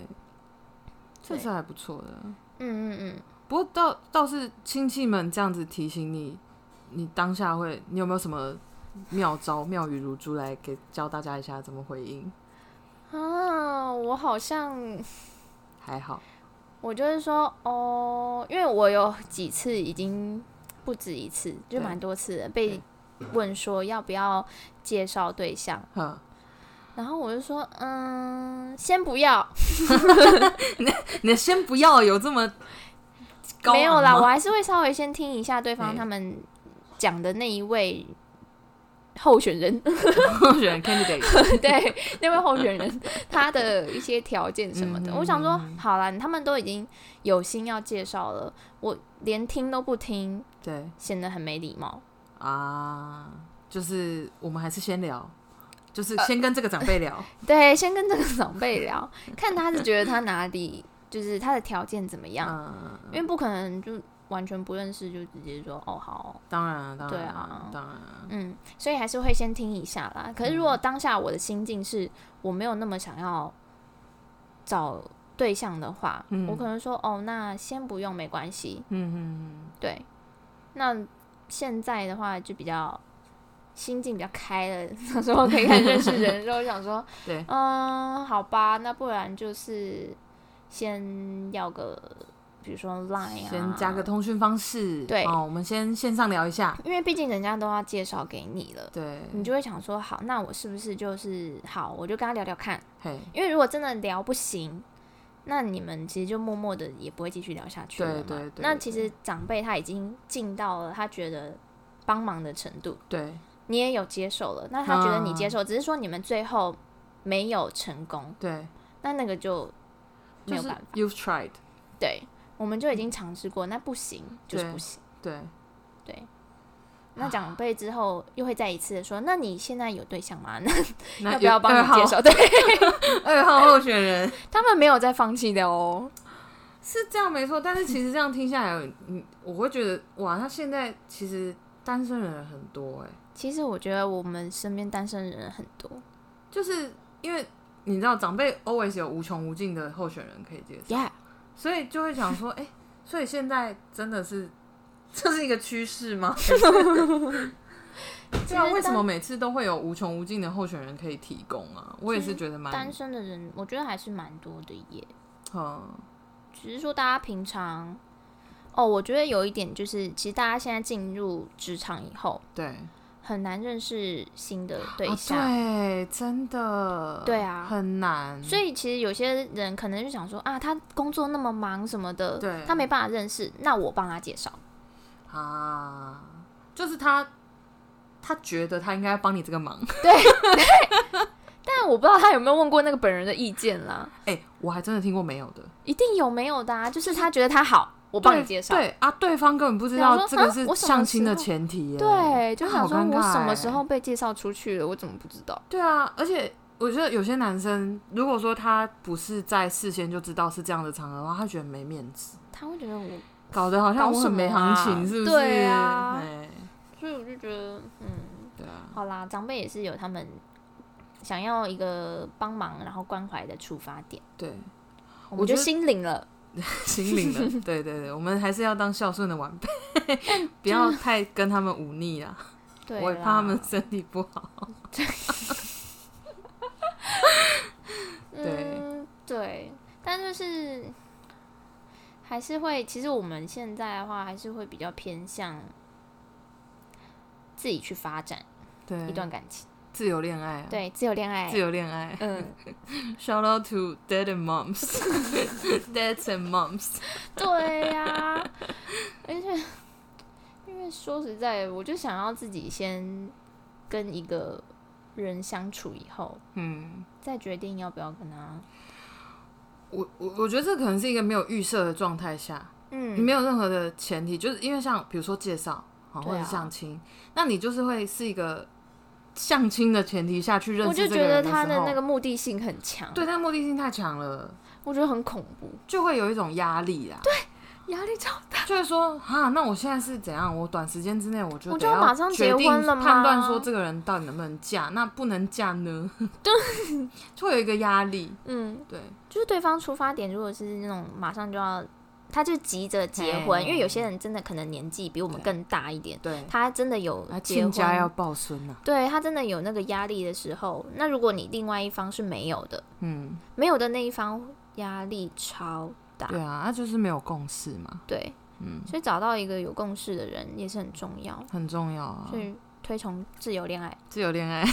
[SPEAKER 1] 确实还不错的。
[SPEAKER 2] 嗯嗯嗯，
[SPEAKER 1] 不过倒倒是亲戚们这样子提醒你，你当下会，你有没有什么妙招、妙语如珠来给教大家一下怎么回应？
[SPEAKER 2] 啊，我好像
[SPEAKER 1] 还好，
[SPEAKER 2] 我就是说哦，因为我有几次已经不止一次，就
[SPEAKER 1] 对
[SPEAKER 2] 蛮多次的被 问说要不要介绍对象，
[SPEAKER 1] 哼，
[SPEAKER 2] 然后我就说嗯，先不要，
[SPEAKER 1] 你先不要有这么 高
[SPEAKER 2] 没有
[SPEAKER 1] 昂
[SPEAKER 2] 啦，
[SPEAKER 1] 吗
[SPEAKER 2] 我还是会稍微先听一下对方
[SPEAKER 1] 对
[SPEAKER 2] 他们讲的那一位候选人，
[SPEAKER 1] 候选人 candidate
[SPEAKER 2] 对那位候选 人他的一些条件什么的。
[SPEAKER 1] 嗯
[SPEAKER 2] 我想说，好啦，他们都已经有心要介绍了，我连听都不听，
[SPEAKER 1] 对
[SPEAKER 2] 显得很没礼貌。
[SPEAKER 1] 啊，就是我们还是先聊，就是
[SPEAKER 2] 呃
[SPEAKER 1] 先跟这个长辈 聊，
[SPEAKER 2] 对，先跟这个长辈聊，看他是觉得他哪里就是他的条件怎么样，
[SPEAKER 1] 嗯，
[SPEAKER 2] 因为不可能就完全不认识就直接说哦好哦
[SPEAKER 1] 当然啊，当然，
[SPEAKER 2] 对啊
[SPEAKER 1] 当然啊，
[SPEAKER 2] 嗯，所以还是会先听一下啦。可是
[SPEAKER 1] 嗯
[SPEAKER 2] 如果当下我的心境是我没有那么想要找对象的话，
[SPEAKER 1] 嗯
[SPEAKER 2] 我可能说哦，那先不用，没关系。
[SPEAKER 1] 嗯嗯
[SPEAKER 2] 对，那现在的话就比较心境比较开了， 到时候可以开始认识人的时候，想说
[SPEAKER 1] 嗯， 对，
[SPEAKER 2] 嗯，好吧，那不然就是先要个，比如说 Line 啊，
[SPEAKER 1] 先加个，通讯方式，
[SPEAKER 2] 对
[SPEAKER 1] 哦，我们先线上聊一下，
[SPEAKER 2] 因为毕竟人家都要介绍给你了。
[SPEAKER 1] 对，
[SPEAKER 2] 你就会想说，好，那我是不是就是好，我就跟他聊聊看。
[SPEAKER 1] 嘿，
[SPEAKER 2] 因为如果真的聊不行，那你们其实就默默的也不会继续聊下去了嘛。
[SPEAKER 1] 对对对
[SPEAKER 2] 那其实长辈他已经尽到了他觉得帮忙的程度，
[SPEAKER 1] 对
[SPEAKER 2] 你也有接受了，那他觉得你
[SPEAKER 1] 啊
[SPEAKER 2] 接受，只是说你们最后没有成功，
[SPEAKER 1] 对，
[SPEAKER 2] 那那个就
[SPEAKER 1] 就
[SPEAKER 2] 没有
[SPEAKER 1] 是
[SPEAKER 2] 办法。
[SPEAKER 1] you've tried，
[SPEAKER 2] 对，我们就已经尝试过，那不行就是
[SPEAKER 1] 对
[SPEAKER 2] 不行。
[SPEAKER 1] 对，
[SPEAKER 2] 对。那长辈之后又会再一次的说：“那你现在有对象吗？ 那
[SPEAKER 1] 那
[SPEAKER 2] 要不要帮
[SPEAKER 1] 二
[SPEAKER 2] 你
[SPEAKER 1] 号
[SPEAKER 2] 介绍？”对，
[SPEAKER 1] 二号候选人？
[SPEAKER 2] 他们没有在放弃的哦。
[SPEAKER 1] 是这样没错，但是其实这样听下来，嗯，我会觉得哇，他现在其实单身人很多哎、
[SPEAKER 2] 其实我觉得我们身边单身人很多，
[SPEAKER 1] 就是因为你知道长辈 always 有无穷无尽的候选人可以接触，
[SPEAKER 2] 呀、
[SPEAKER 1] 所以就会想说，哎、所以现在真的是这是一个趋势吗？ 对啊，为什么每次都会有无穷无尽的候选人可以提供啊？我也是觉得蛮
[SPEAKER 2] 单身的人我觉得还是蛮多的耶。
[SPEAKER 1] 嗯
[SPEAKER 2] 只是说大家平常，哦，我觉得有一点就是，其实大家现在进入职场以后，
[SPEAKER 1] 对
[SPEAKER 2] 很难认识新的对
[SPEAKER 1] 啊
[SPEAKER 2] 象。
[SPEAKER 1] 对，真的
[SPEAKER 2] 对啊
[SPEAKER 1] 很难，
[SPEAKER 2] 所以其实有些人可能就想说啊，他工作那么忙什么的，
[SPEAKER 1] 对
[SPEAKER 2] 他没办法认识，那我帮他介绍。
[SPEAKER 1] 啊，就是他，他觉得他应该帮你这个忙。
[SPEAKER 2] 但我不知道他有没有问过那个本人的意见啦，
[SPEAKER 1] 哎、我还真的听过没有的，
[SPEAKER 2] 一定有没有的啊，就是他觉得他好，我
[SPEAKER 1] 我
[SPEAKER 2] 帮你介绍。
[SPEAKER 1] 对啊，对方根本不知
[SPEAKER 2] 想
[SPEAKER 1] 道
[SPEAKER 2] 说
[SPEAKER 1] 这个
[SPEAKER 2] 啊
[SPEAKER 1] 是
[SPEAKER 2] 我什么
[SPEAKER 1] 相亲的
[SPEAKER 2] 时候
[SPEAKER 1] 前提耶。
[SPEAKER 2] 对，就
[SPEAKER 1] 他
[SPEAKER 2] 想
[SPEAKER 1] 好
[SPEAKER 2] 说
[SPEAKER 1] 尴
[SPEAKER 2] 我
[SPEAKER 1] 尬
[SPEAKER 2] 什么
[SPEAKER 1] 欸
[SPEAKER 2] 时候被介绍出去了，我怎么不知道？
[SPEAKER 1] 对啊，而且我觉得有些男生，如果说他不是在事先就知道是这样的场合的话，他觉得没面子，
[SPEAKER 2] 他会觉得我，
[SPEAKER 1] 搞得好像
[SPEAKER 2] 搞
[SPEAKER 1] 我
[SPEAKER 2] 什
[SPEAKER 1] 很没
[SPEAKER 2] 么
[SPEAKER 1] 行
[SPEAKER 2] 啊
[SPEAKER 1] 情，是不是？
[SPEAKER 2] 对啊
[SPEAKER 1] 哎
[SPEAKER 2] 所以我就觉得，嗯，
[SPEAKER 1] 对啊，
[SPEAKER 2] 好啦，长辈也是有他们想要一个帮忙然后关怀的出发点，
[SPEAKER 1] 对，我
[SPEAKER 2] 我们就
[SPEAKER 1] 觉得
[SPEAKER 2] 心领了。
[SPEAKER 1] 心领的，对对对，我们还是要当孝顺的晚 辈， 不要太跟他们忤逆啊，
[SPEAKER 2] 嗯对，
[SPEAKER 1] 我也怕他们身体不好。 对
[SPEAKER 2] 嗯，对，但就是还是会，其实我们现在的话还是会比较偏向自己去发展
[SPEAKER 1] 对，
[SPEAKER 2] 一段感情，
[SPEAKER 1] 自由恋爱、啊，，
[SPEAKER 2] 对，自由恋爱
[SPEAKER 1] 自，由恋 爱。
[SPEAKER 2] 嗯，
[SPEAKER 1] Shout out to dad and moms, dads and moms。
[SPEAKER 2] 对呀、而且因为说实在，我就想要自己先跟一个人相处以后，
[SPEAKER 1] 嗯，
[SPEAKER 2] 再决定要不要跟他。
[SPEAKER 1] 我我我觉得这可能是一个没有预设的状态下，你
[SPEAKER 2] 嗯，
[SPEAKER 1] 没有任何的前提，就是因为像比如说介绍啊，或
[SPEAKER 2] 对
[SPEAKER 1] 者
[SPEAKER 2] 啊
[SPEAKER 1] 相亲，那你就是会是一个相亲的前提下去认
[SPEAKER 2] 我
[SPEAKER 1] 识
[SPEAKER 2] 就
[SPEAKER 1] 这
[SPEAKER 2] 觉
[SPEAKER 1] 个
[SPEAKER 2] 得
[SPEAKER 1] 人
[SPEAKER 2] 他
[SPEAKER 1] 时
[SPEAKER 2] 的
[SPEAKER 1] 候，
[SPEAKER 2] 那个目的性很强，
[SPEAKER 1] 对，但目的性太强了，
[SPEAKER 2] 我觉得很恐怖，
[SPEAKER 1] 就会有一种压力啦。对，啊
[SPEAKER 2] 压力超大。
[SPEAKER 1] 就是说啊，那我现在是怎样？我短时间之内我就
[SPEAKER 2] 我
[SPEAKER 1] 我
[SPEAKER 2] 就马上结婚了吗
[SPEAKER 1] 判断说这个人到底能不能嫁，那不能嫁呢？ 对，会有一个压力。
[SPEAKER 2] 嗯，
[SPEAKER 1] 对，
[SPEAKER 2] 就是对方出发点如果是那种马上就要，他就急着结婚，
[SPEAKER 1] 嘿
[SPEAKER 2] 因为有些人真的可能年纪比我们
[SPEAKER 1] 对
[SPEAKER 2] 更大一点，
[SPEAKER 1] 对，
[SPEAKER 2] 他真的有
[SPEAKER 1] 那
[SPEAKER 2] 结
[SPEAKER 1] 亲
[SPEAKER 2] 婚，
[SPEAKER 1] 家要抱孙呐、啊
[SPEAKER 2] 对他真的有那个压力的时候，那如果你另外一方是没有的，
[SPEAKER 1] 嗯，
[SPEAKER 2] 没有的那一方压力超大，
[SPEAKER 1] 对啊，那就是没有共识嘛，
[SPEAKER 2] 对，
[SPEAKER 1] 嗯，
[SPEAKER 2] 所以找到一个有共识的人也是很重要，
[SPEAKER 1] 很重要啊
[SPEAKER 2] 所。以推崇自由恋爱，
[SPEAKER 1] 自由恋爱。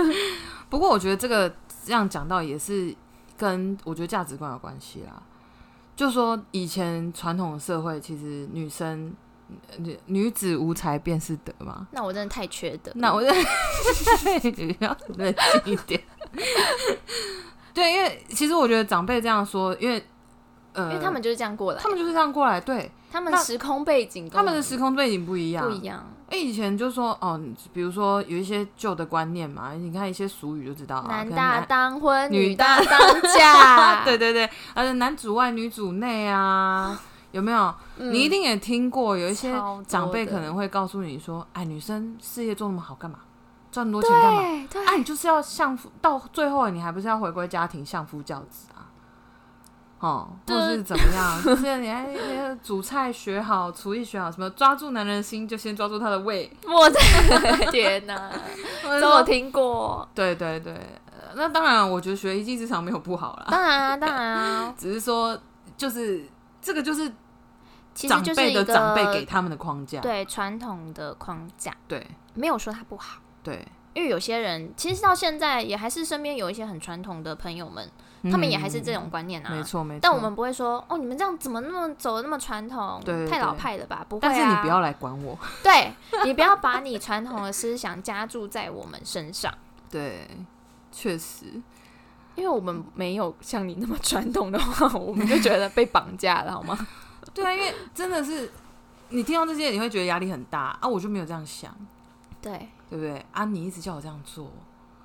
[SPEAKER 1] 不过我觉得这个这样讲到也是跟我觉得价值观有关系啦。就说以前传统社会，其实女生呃女女子无才便是德嘛。
[SPEAKER 2] 那我真的太缺德，
[SPEAKER 1] 那我 就要冷静一点。对，因为其实我觉得长辈这样说，因为呃，
[SPEAKER 2] 因为他们就是这样过来，
[SPEAKER 1] 他们就是这样过来，对
[SPEAKER 2] 他们
[SPEAKER 1] 那
[SPEAKER 2] 时空背景跟
[SPEAKER 1] 他
[SPEAKER 2] 我
[SPEAKER 1] 们的时空背景不一样，
[SPEAKER 2] 不一样，
[SPEAKER 1] 哎、以前就说哦，比如说有一些旧的观念嘛，你看一些俗语就知道啊，
[SPEAKER 2] 男
[SPEAKER 1] 可能
[SPEAKER 2] 大当婚，
[SPEAKER 1] 女
[SPEAKER 2] 女大当 嫁，
[SPEAKER 1] 对对对，而且男主外女主内啊，有没有？
[SPEAKER 2] 嗯，
[SPEAKER 1] 你一定也听过，有一些
[SPEAKER 2] 超多
[SPEAKER 1] 长辈
[SPEAKER 2] 的
[SPEAKER 1] 可能会告诉你说，哎，女生事业做那么好干嘛？赚那么多钱干嘛？
[SPEAKER 2] 对对，
[SPEAKER 1] 哎，你就是要相夫，到最后你还不是要回归家庭相夫教子啊？哦，或者是怎么样？就是 你还你还煮菜学好，厨艺学好，什么抓住男人的心，就先抓住他的 胃。
[SPEAKER 2] 我的天哪，
[SPEAKER 1] 我就
[SPEAKER 2] 都有
[SPEAKER 1] 说
[SPEAKER 2] 听过，
[SPEAKER 1] 对对对，呃那当然，我觉得学一技之长没有不好啦，
[SPEAKER 2] 当然啊，当然啊，
[SPEAKER 1] 只是说就是这个就是
[SPEAKER 2] 其实
[SPEAKER 1] 长
[SPEAKER 2] 就是
[SPEAKER 1] 辈
[SPEAKER 2] 一
[SPEAKER 1] 的
[SPEAKER 2] 个
[SPEAKER 1] 长辈给他们的框架，
[SPEAKER 2] 对传统的框架，
[SPEAKER 1] 对
[SPEAKER 2] 没有说它不好。
[SPEAKER 1] 对，
[SPEAKER 2] 因为有些人其实到现在也还是身边有一些很传统的朋友们，他们也还是这种观念
[SPEAKER 1] 嗯，没
[SPEAKER 2] 啊。
[SPEAKER 1] 错没错。
[SPEAKER 2] 但我们不会说哦，你们这样怎么那么走的那么传统，
[SPEAKER 1] 对对
[SPEAKER 2] 太老
[SPEAKER 1] 对
[SPEAKER 2] 派了吧？不会啊，
[SPEAKER 1] 但是你不要来管我，
[SPEAKER 2] 对你不要把你传统的思想加注在我们身上，
[SPEAKER 1] 对，确实，
[SPEAKER 2] 因为我们没有像你那么传统的话， 我们就觉得被绑架了，好吗？
[SPEAKER 1] 对啊，因为真的是你听到这些，你会觉得压力很大啊，我就没有这样想，
[SPEAKER 2] 对，
[SPEAKER 1] 对不对？啊，你一直叫我这样做。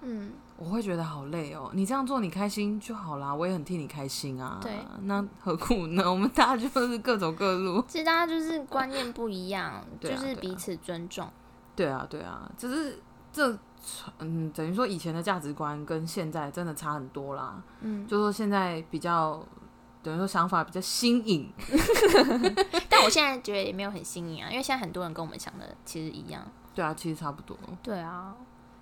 [SPEAKER 2] 嗯，
[SPEAKER 1] 我会觉得好累哦，你这样做你开心就好啦，我也很替你开心啊。
[SPEAKER 2] 对，
[SPEAKER 1] 那何苦呢？我们大家就是各走各路。
[SPEAKER 2] 其实大家就是观念不一样，
[SPEAKER 1] 对
[SPEAKER 2] 就
[SPEAKER 1] 啊
[SPEAKER 2] 是
[SPEAKER 1] 对啊
[SPEAKER 2] 彼此尊重。
[SPEAKER 1] 对啊，对啊，只是这嗯，等于说以前的价值观跟现在真的差很多啦。
[SPEAKER 2] 嗯，
[SPEAKER 1] 就说现在比较，等于说想法比较新颖，
[SPEAKER 2] 但我现在觉得也没有很新颖啊，因为现在很多人跟我们想的其实一样。
[SPEAKER 1] 对啊，其实差不多。
[SPEAKER 2] 对啊，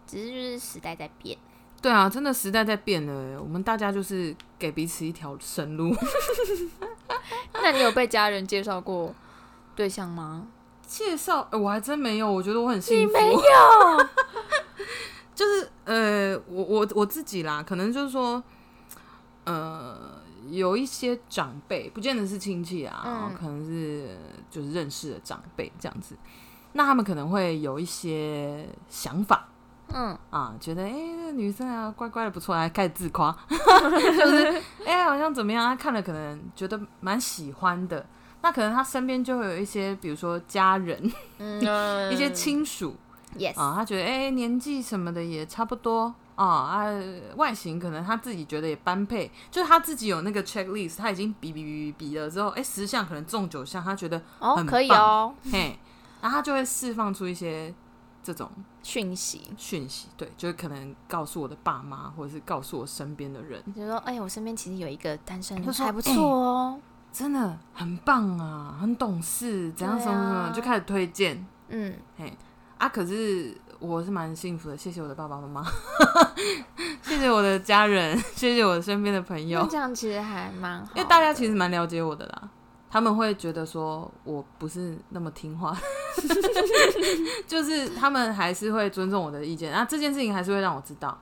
[SPEAKER 2] 只是就是时代在 变。
[SPEAKER 1] 对啊，真的时代在变了，我们大家就是给彼此一条生路。
[SPEAKER 2] 那你有被家人介绍过对象吗？
[SPEAKER 1] 介绍、呃我还真没有，我觉得我很幸福。
[SPEAKER 2] 没有
[SPEAKER 1] 就是呃，我我我自己啦，可能就是说，呃，有一些长辈，不见得是亲戚啊，
[SPEAKER 2] 嗯
[SPEAKER 1] 可能是就是认识的长辈这样子，那他们可能会有一些想法
[SPEAKER 2] 嗯，
[SPEAKER 1] 啊，觉得哎、诶这个女生啊，乖乖的不错啊，开始自夸， 就是哎、诶好像怎么样，他看了可能觉得蛮喜欢的，那可能他身边就会有一些，比如说家人、
[SPEAKER 2] 嗯
[SPEAKER 1] 一些亲属。
[SPEAKER 2] ，yes，
[SPEAKER 1] 啊，他觉得哎、诶年纪什么的也差不多啊啊，外形可能他自己觉得也般配，就是他自己有那个 checklist，他已经比比比比比了之后，哎、十项可能中九项，他觉得
[SPEAKER 2] 哦，
[SPEAKER 1] 很
[SPEAKER 2] 可以
[SPEAKER 1] 棒
[SPEAKER 2] 哦，
[SPEAKER 1] 嘿，然后他就会释放出一些这种
[SPEAKER 2] 讯息。
[SPEAKER 1] 讯息，对，就是可能告诉我的爸妈，或者是告诉我身边的人，
[SPEAKER 2] 你就说，哎、我身边其实有一个单身，
[SPEAKER 1] 就说哎
[SPEAKER 2] 还不错哦。
[SPEAKER 1] 真的很棒啊，很懂事，怎样
[SPEAKER 2] 对
[SPEAKER 1] 什么什么，
[SPEAKER 2] 啊
[SPEAKER 1] 就开始推荐
[SPEAKER 2] 嗯，
[SPEAKER 1] 啊。可是我是蛮幸福的，谢谢我的爸爸妈妈， 谢谢我的家人，谢谢我身边的朋友
[SPEAKER 2] 那。这样其实还蛮好的，
[SPEAKER 1] 因为大家其实蛮了解我的啦，他们会觉得说我不是那么听话， 就是他们还是会尊重我的意见，那、这件事情还是会让我知道，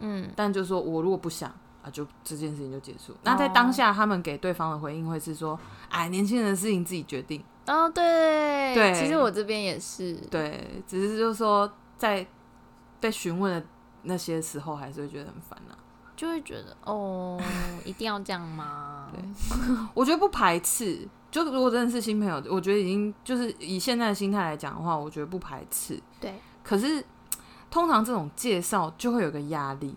[SPEAKER 2] 嗯，
[SPEAKER 1] 但就说我如果不想啊，就这件事情就结束。那在
[SPEAKER 2] 哦
[SPEAKER 1] 当下，他们给对方的回应会是说，哎，年轻人的事情自己决定，
[SPEAKER 2] 哦，对，
[SPEAKER 1] 对
[SPEAKER 2] 其实我这边也是，
[SPEAKER 1] 对，只是就是说在被询问的那些时候，还是会觉得很烦啊。
[SPEAKER 2] 就会觉得，哦，一定要这样吗？
[SPEAKER 1] 对我觉得不排斥，就如果真的是新朋友，我觉得已经就是以现在的心态来讲的话，我觉得不排斥。
[SPEAKER 2] 对，
[SPEAKER 1] 可是通常这种介绍就会有个压力，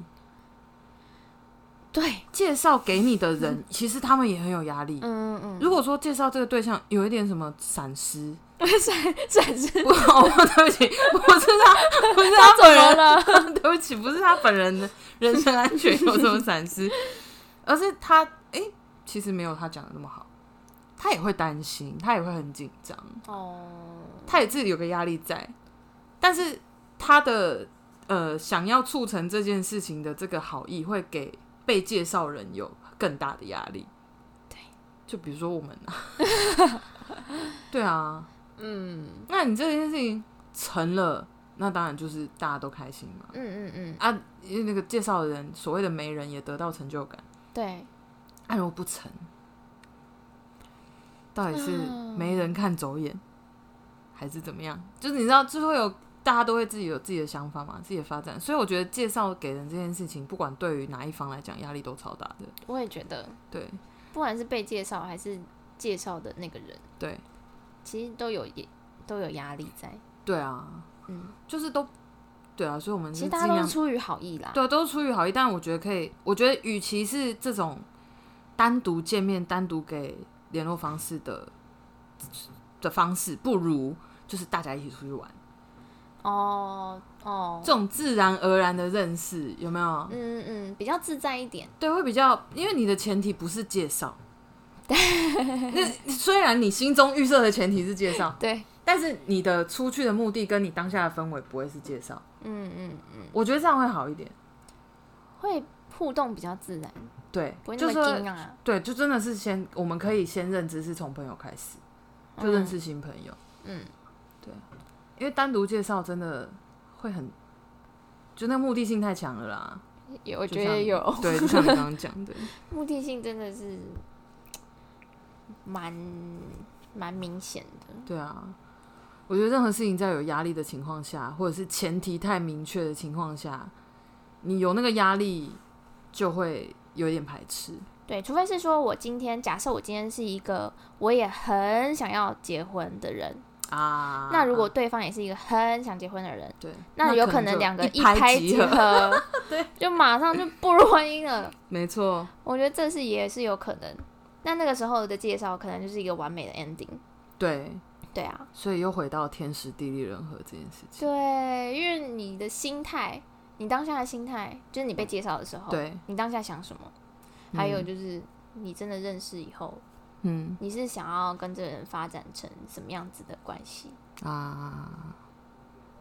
[SPEAKER 2] 对，
[SPEAKER 1] 介绍给你的人，其实他们也很有压力。
[SPEAKER 2] 嗯嗯嗯，
[SPEAKER 1] 如果说介绍这个对象有一点什么闪失，
[SPEAKER 2] 算是
[SPEAKER 1] 不，哦，对不起，不是他，不是
[SPEAKER 2] 他
[SPEAKER 1] 他
[SPEAKER 2] 怎
[SPEAKER 1] 本
[SPEAKER 2] 么
[SPEAKER 1] 人，
[SPEAKER 2] 了？
[SPEAKER 1] 对不起，不是他本人的人身安全有什么闪失，而是他哎、诶其实没有他讲的那么好，他也会担心，他也会很紧张，
[SPEAKER 2] 哦，
[SPEAKER 1] 他也自己有个压力在，但是他的呃想要促成这件事情的这个好意，会给被介绍人有更大的压力。
[SPEAKER 2] 对，
[SPEAKER 1] 就比如说我们啊， 对啊，
[SPEAKER 2] 嗯
[SPEAKER 1] 那你这件事情成了，那当然就是大家都开心嘛。
[SPEAKER 2] 嗯嗯嗯，
[SPEAKER 1] 啊，因为那个介绍的人所谓的媒人也得到成就感。
[SPEAKER 2] 对，
[SPEAKER 1] 爱如果不成，到底是
[SPEAKER 2] 嗯
[SPEAKER 1] 没人看走眼，还是怎么样？就是你知道，就会有大家都会自己有自己的想法嘛，自己的发展。所以我觉得介绍给人这件事情，不管对于哪一方来讲，压力都超大的。
[SPEAKER 2] 我也觉得，
[SPEAKER 1] 对
[SPEAKER 2] 不管是被介绍还是介绍的那个人，
[SPEAKER 1] 对
[SPEAKER 2] 其实都有也都有压力在。
[SPEAKER 1] 对啊，
[SPEAKER 2] 嗯，
[SPEAKER 1] 就是都对啊，所以我们
[SPEAKER 2] 其
[SPEAKER 1] 是尽
[SPEAKER 2] 实大家都
[SPEAKER 1] 量
[SPEAKER 2] 是出于好意啦。
[SPEAKER 1] 对，都是出于好意，但我觉得可以，我觉得与其是这种单独见面、单独给联络方式的的方式，不如就是大家一起出去玩，
[SPEAKER 2] 哦哦，
[SPEAKER 1] 这种自然而然的认识有没有？
[SPEAKER 2] 嗯嗯，比较自在一点。
[SPEAKER 1] 对，会比较，因为你的前提不是介 绍。那 虽然你心中预设的前提是介绍，
[SPEAKER 2] 对，
[SPEAKER 1] 但是你的出去的目的跟你当下的氛围不会是介绍，
[SPEAKER 2] 嗯嗯嗯，
[SPEAKER 1] 我觉得这样会好一点。
[SPEAKER 2] 会互动比较自然，
[SPEAKER 1] 对
[SPEAKER 2] 不会，
[SPEAKER 1] 就
[SPEAKER 2] 那
[SPEAKER 1] 是
[SPEAKER 2] 么惊啊。
[SPEAKER 1] 对，就真的是先，我们可以先认知是从朋友开始，就认识新朋友，
[SPEAKER 2] 嗯，
[SPEAKER 1] 因为单独介绍真的会很，就那目的性太强了啦。
[SPEAKER 2] 嗯，也我
[SPEAKER 1] 就
[SPEAKER 2] 觉
[SPEAKER 1] 像
[SPEAKER 2] 得
[SPEAKER 1] 你
[SPEAKER 2] 有
[SPEAKER 1] 对，就像你刚刚讲 的，
[SPEAKER 2] 目的性，真的是蛮蛮明显的。
[SPEAKER 1] 对啊。我觉得任何事情在有压力的情况下，或者是前提太明确的情况下，你有那个压力就会有一点排斥。
[SPEAKER 2] 对，除非是说我今天假设我今天是一个我也很想要结婚的人，
[SPEAKER 1] 啊，
[SPEAKER 2] 那如果对方也是一个很想结婚的人，
[SPEAKER 1] 对，
[SPEAKER 2] 那有
[SPEAKER 1] 可
[SPEAKER 2] 能
[SPEAKER 1] 就
[SPEAKER 2] 两个
[SPEAKER 1] 一
[SPEAKER 2] 拍
[SPEAKER 1] 即
[SPEAKER 2] 合，， 对，就马上就步入婚姻了。
[SPEAKER 1] 没 错，
[SPEAKER 2] 我觉得这是也是有可能。那那个时候的介绍可能就是一个完美的 ending。
[SPEAKER 1] 对，
[SPEAKER 2] 对啊，
[SPEAKER 1] 所以又回到天时地利人和这件事情。
[SPEAKER 2] 对，因为你的心态，你当下的心态，就是你被介绍的时候，
[SPEAKER 1] 对，
[SPEAKER 2] 你当下想什么，还有
[SPEAKER 1] 嗯
[SPEAKER 2] 就是你真的认识以后，
[SPEAKER 1] 嗯
[SPEAKER 2] 你是想要跟这个人发展成什么样子的关系，
[SPEAKER 1] 啊，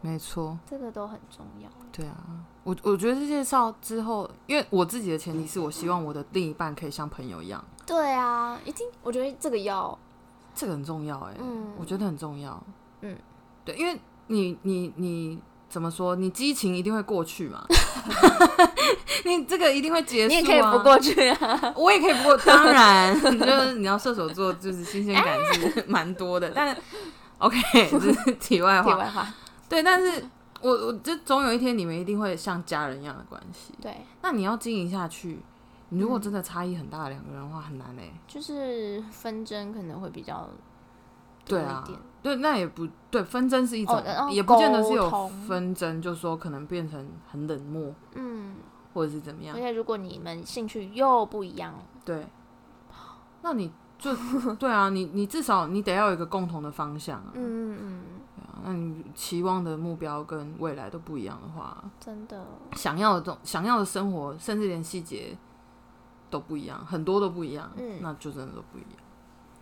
[SPEAKER 1] 没错，
[SPEAKER 2] 这个都很重要。
[SPEAKER 1] 对啊，我我觉得这介绍之后，因为我自己的前提是我希望我的另一半可以像朋友一样，
[SPEAKER 2] 对啊，一定，我觉得这个要，
[SPEAKER 1] 这个很重要哎、
[SPEAKER 2] 嗯
[SPEAKER 1] 我觉得很重要，
[SPEAKER 2] 嗯，
[SPEAKER 1] 对，因为你你你怎么说，你激情一定会过去嘛， 你这个一定会结束、
[SPEAKER 2] 你
[SPEAKER 1] 啊，
[SPEAKER 2] 也可以不过 去啊。
[SPEAKER 1] 我也可以不过，当然 就是你要射手座，就是新鲜感是蛮多的，但 OK，这是题外
[SPEAKER 2] 题
[SPEAKER 1] 话，
[SPEAKER 2] 外话，
[SPEAKER 1] 对，但是我我就总有一天你们一定会像家人一样的关系。
[SPEAKER 2] 对，
[SPEAKER 1] 那你要经营下去，你如果
[SPEAKER 2] 嗯
[SPEAKER 1] 真的差异很大，两个人的话很难嘞、欸
[SPEAKER 2] 就是纷争可能会比较多
[SPEAKER 1] 对
[SPEAKER 2] 一
[SPEAKER 1] 啊
[SPEAKER 2] 点。，
[SPEAKER 1] 对，那也不对，纷争是一种，
[SPEAKER 2] 哦然后
[SPEAKER 1] 也不见得是
[SPEAKER 2] 沟
[SPEAKER 1] 有
[SPEAKER 2] 通
[SPEAKER 1] 纷争，就说可能变成很冷漠
[SPEAKER 2] 嗯，
[SPEAKER 1] 或者是怎么
[SPEAKER 2] 而
[SPEAKER 1] 样。
[SPEAKER 2] 且如果你们兴趣又不一样，
[SPEAKER 1] 对，那你就对啊，你你至少你得要有一个共同的方向啊。
[SPEAKER 2] 嗯嗯
[SPEAKER 1] 对啊那你期望的目标跟未来都不一样的话，
[SPEAKER 2] 嗯，真的，
[SPEAKER 1] 想要的东想要的生活，甚至连细节都不一样，很多都不一样，
[SPEAKER 2] 嗯
[SPEAKER 1] 那就真的都不一样，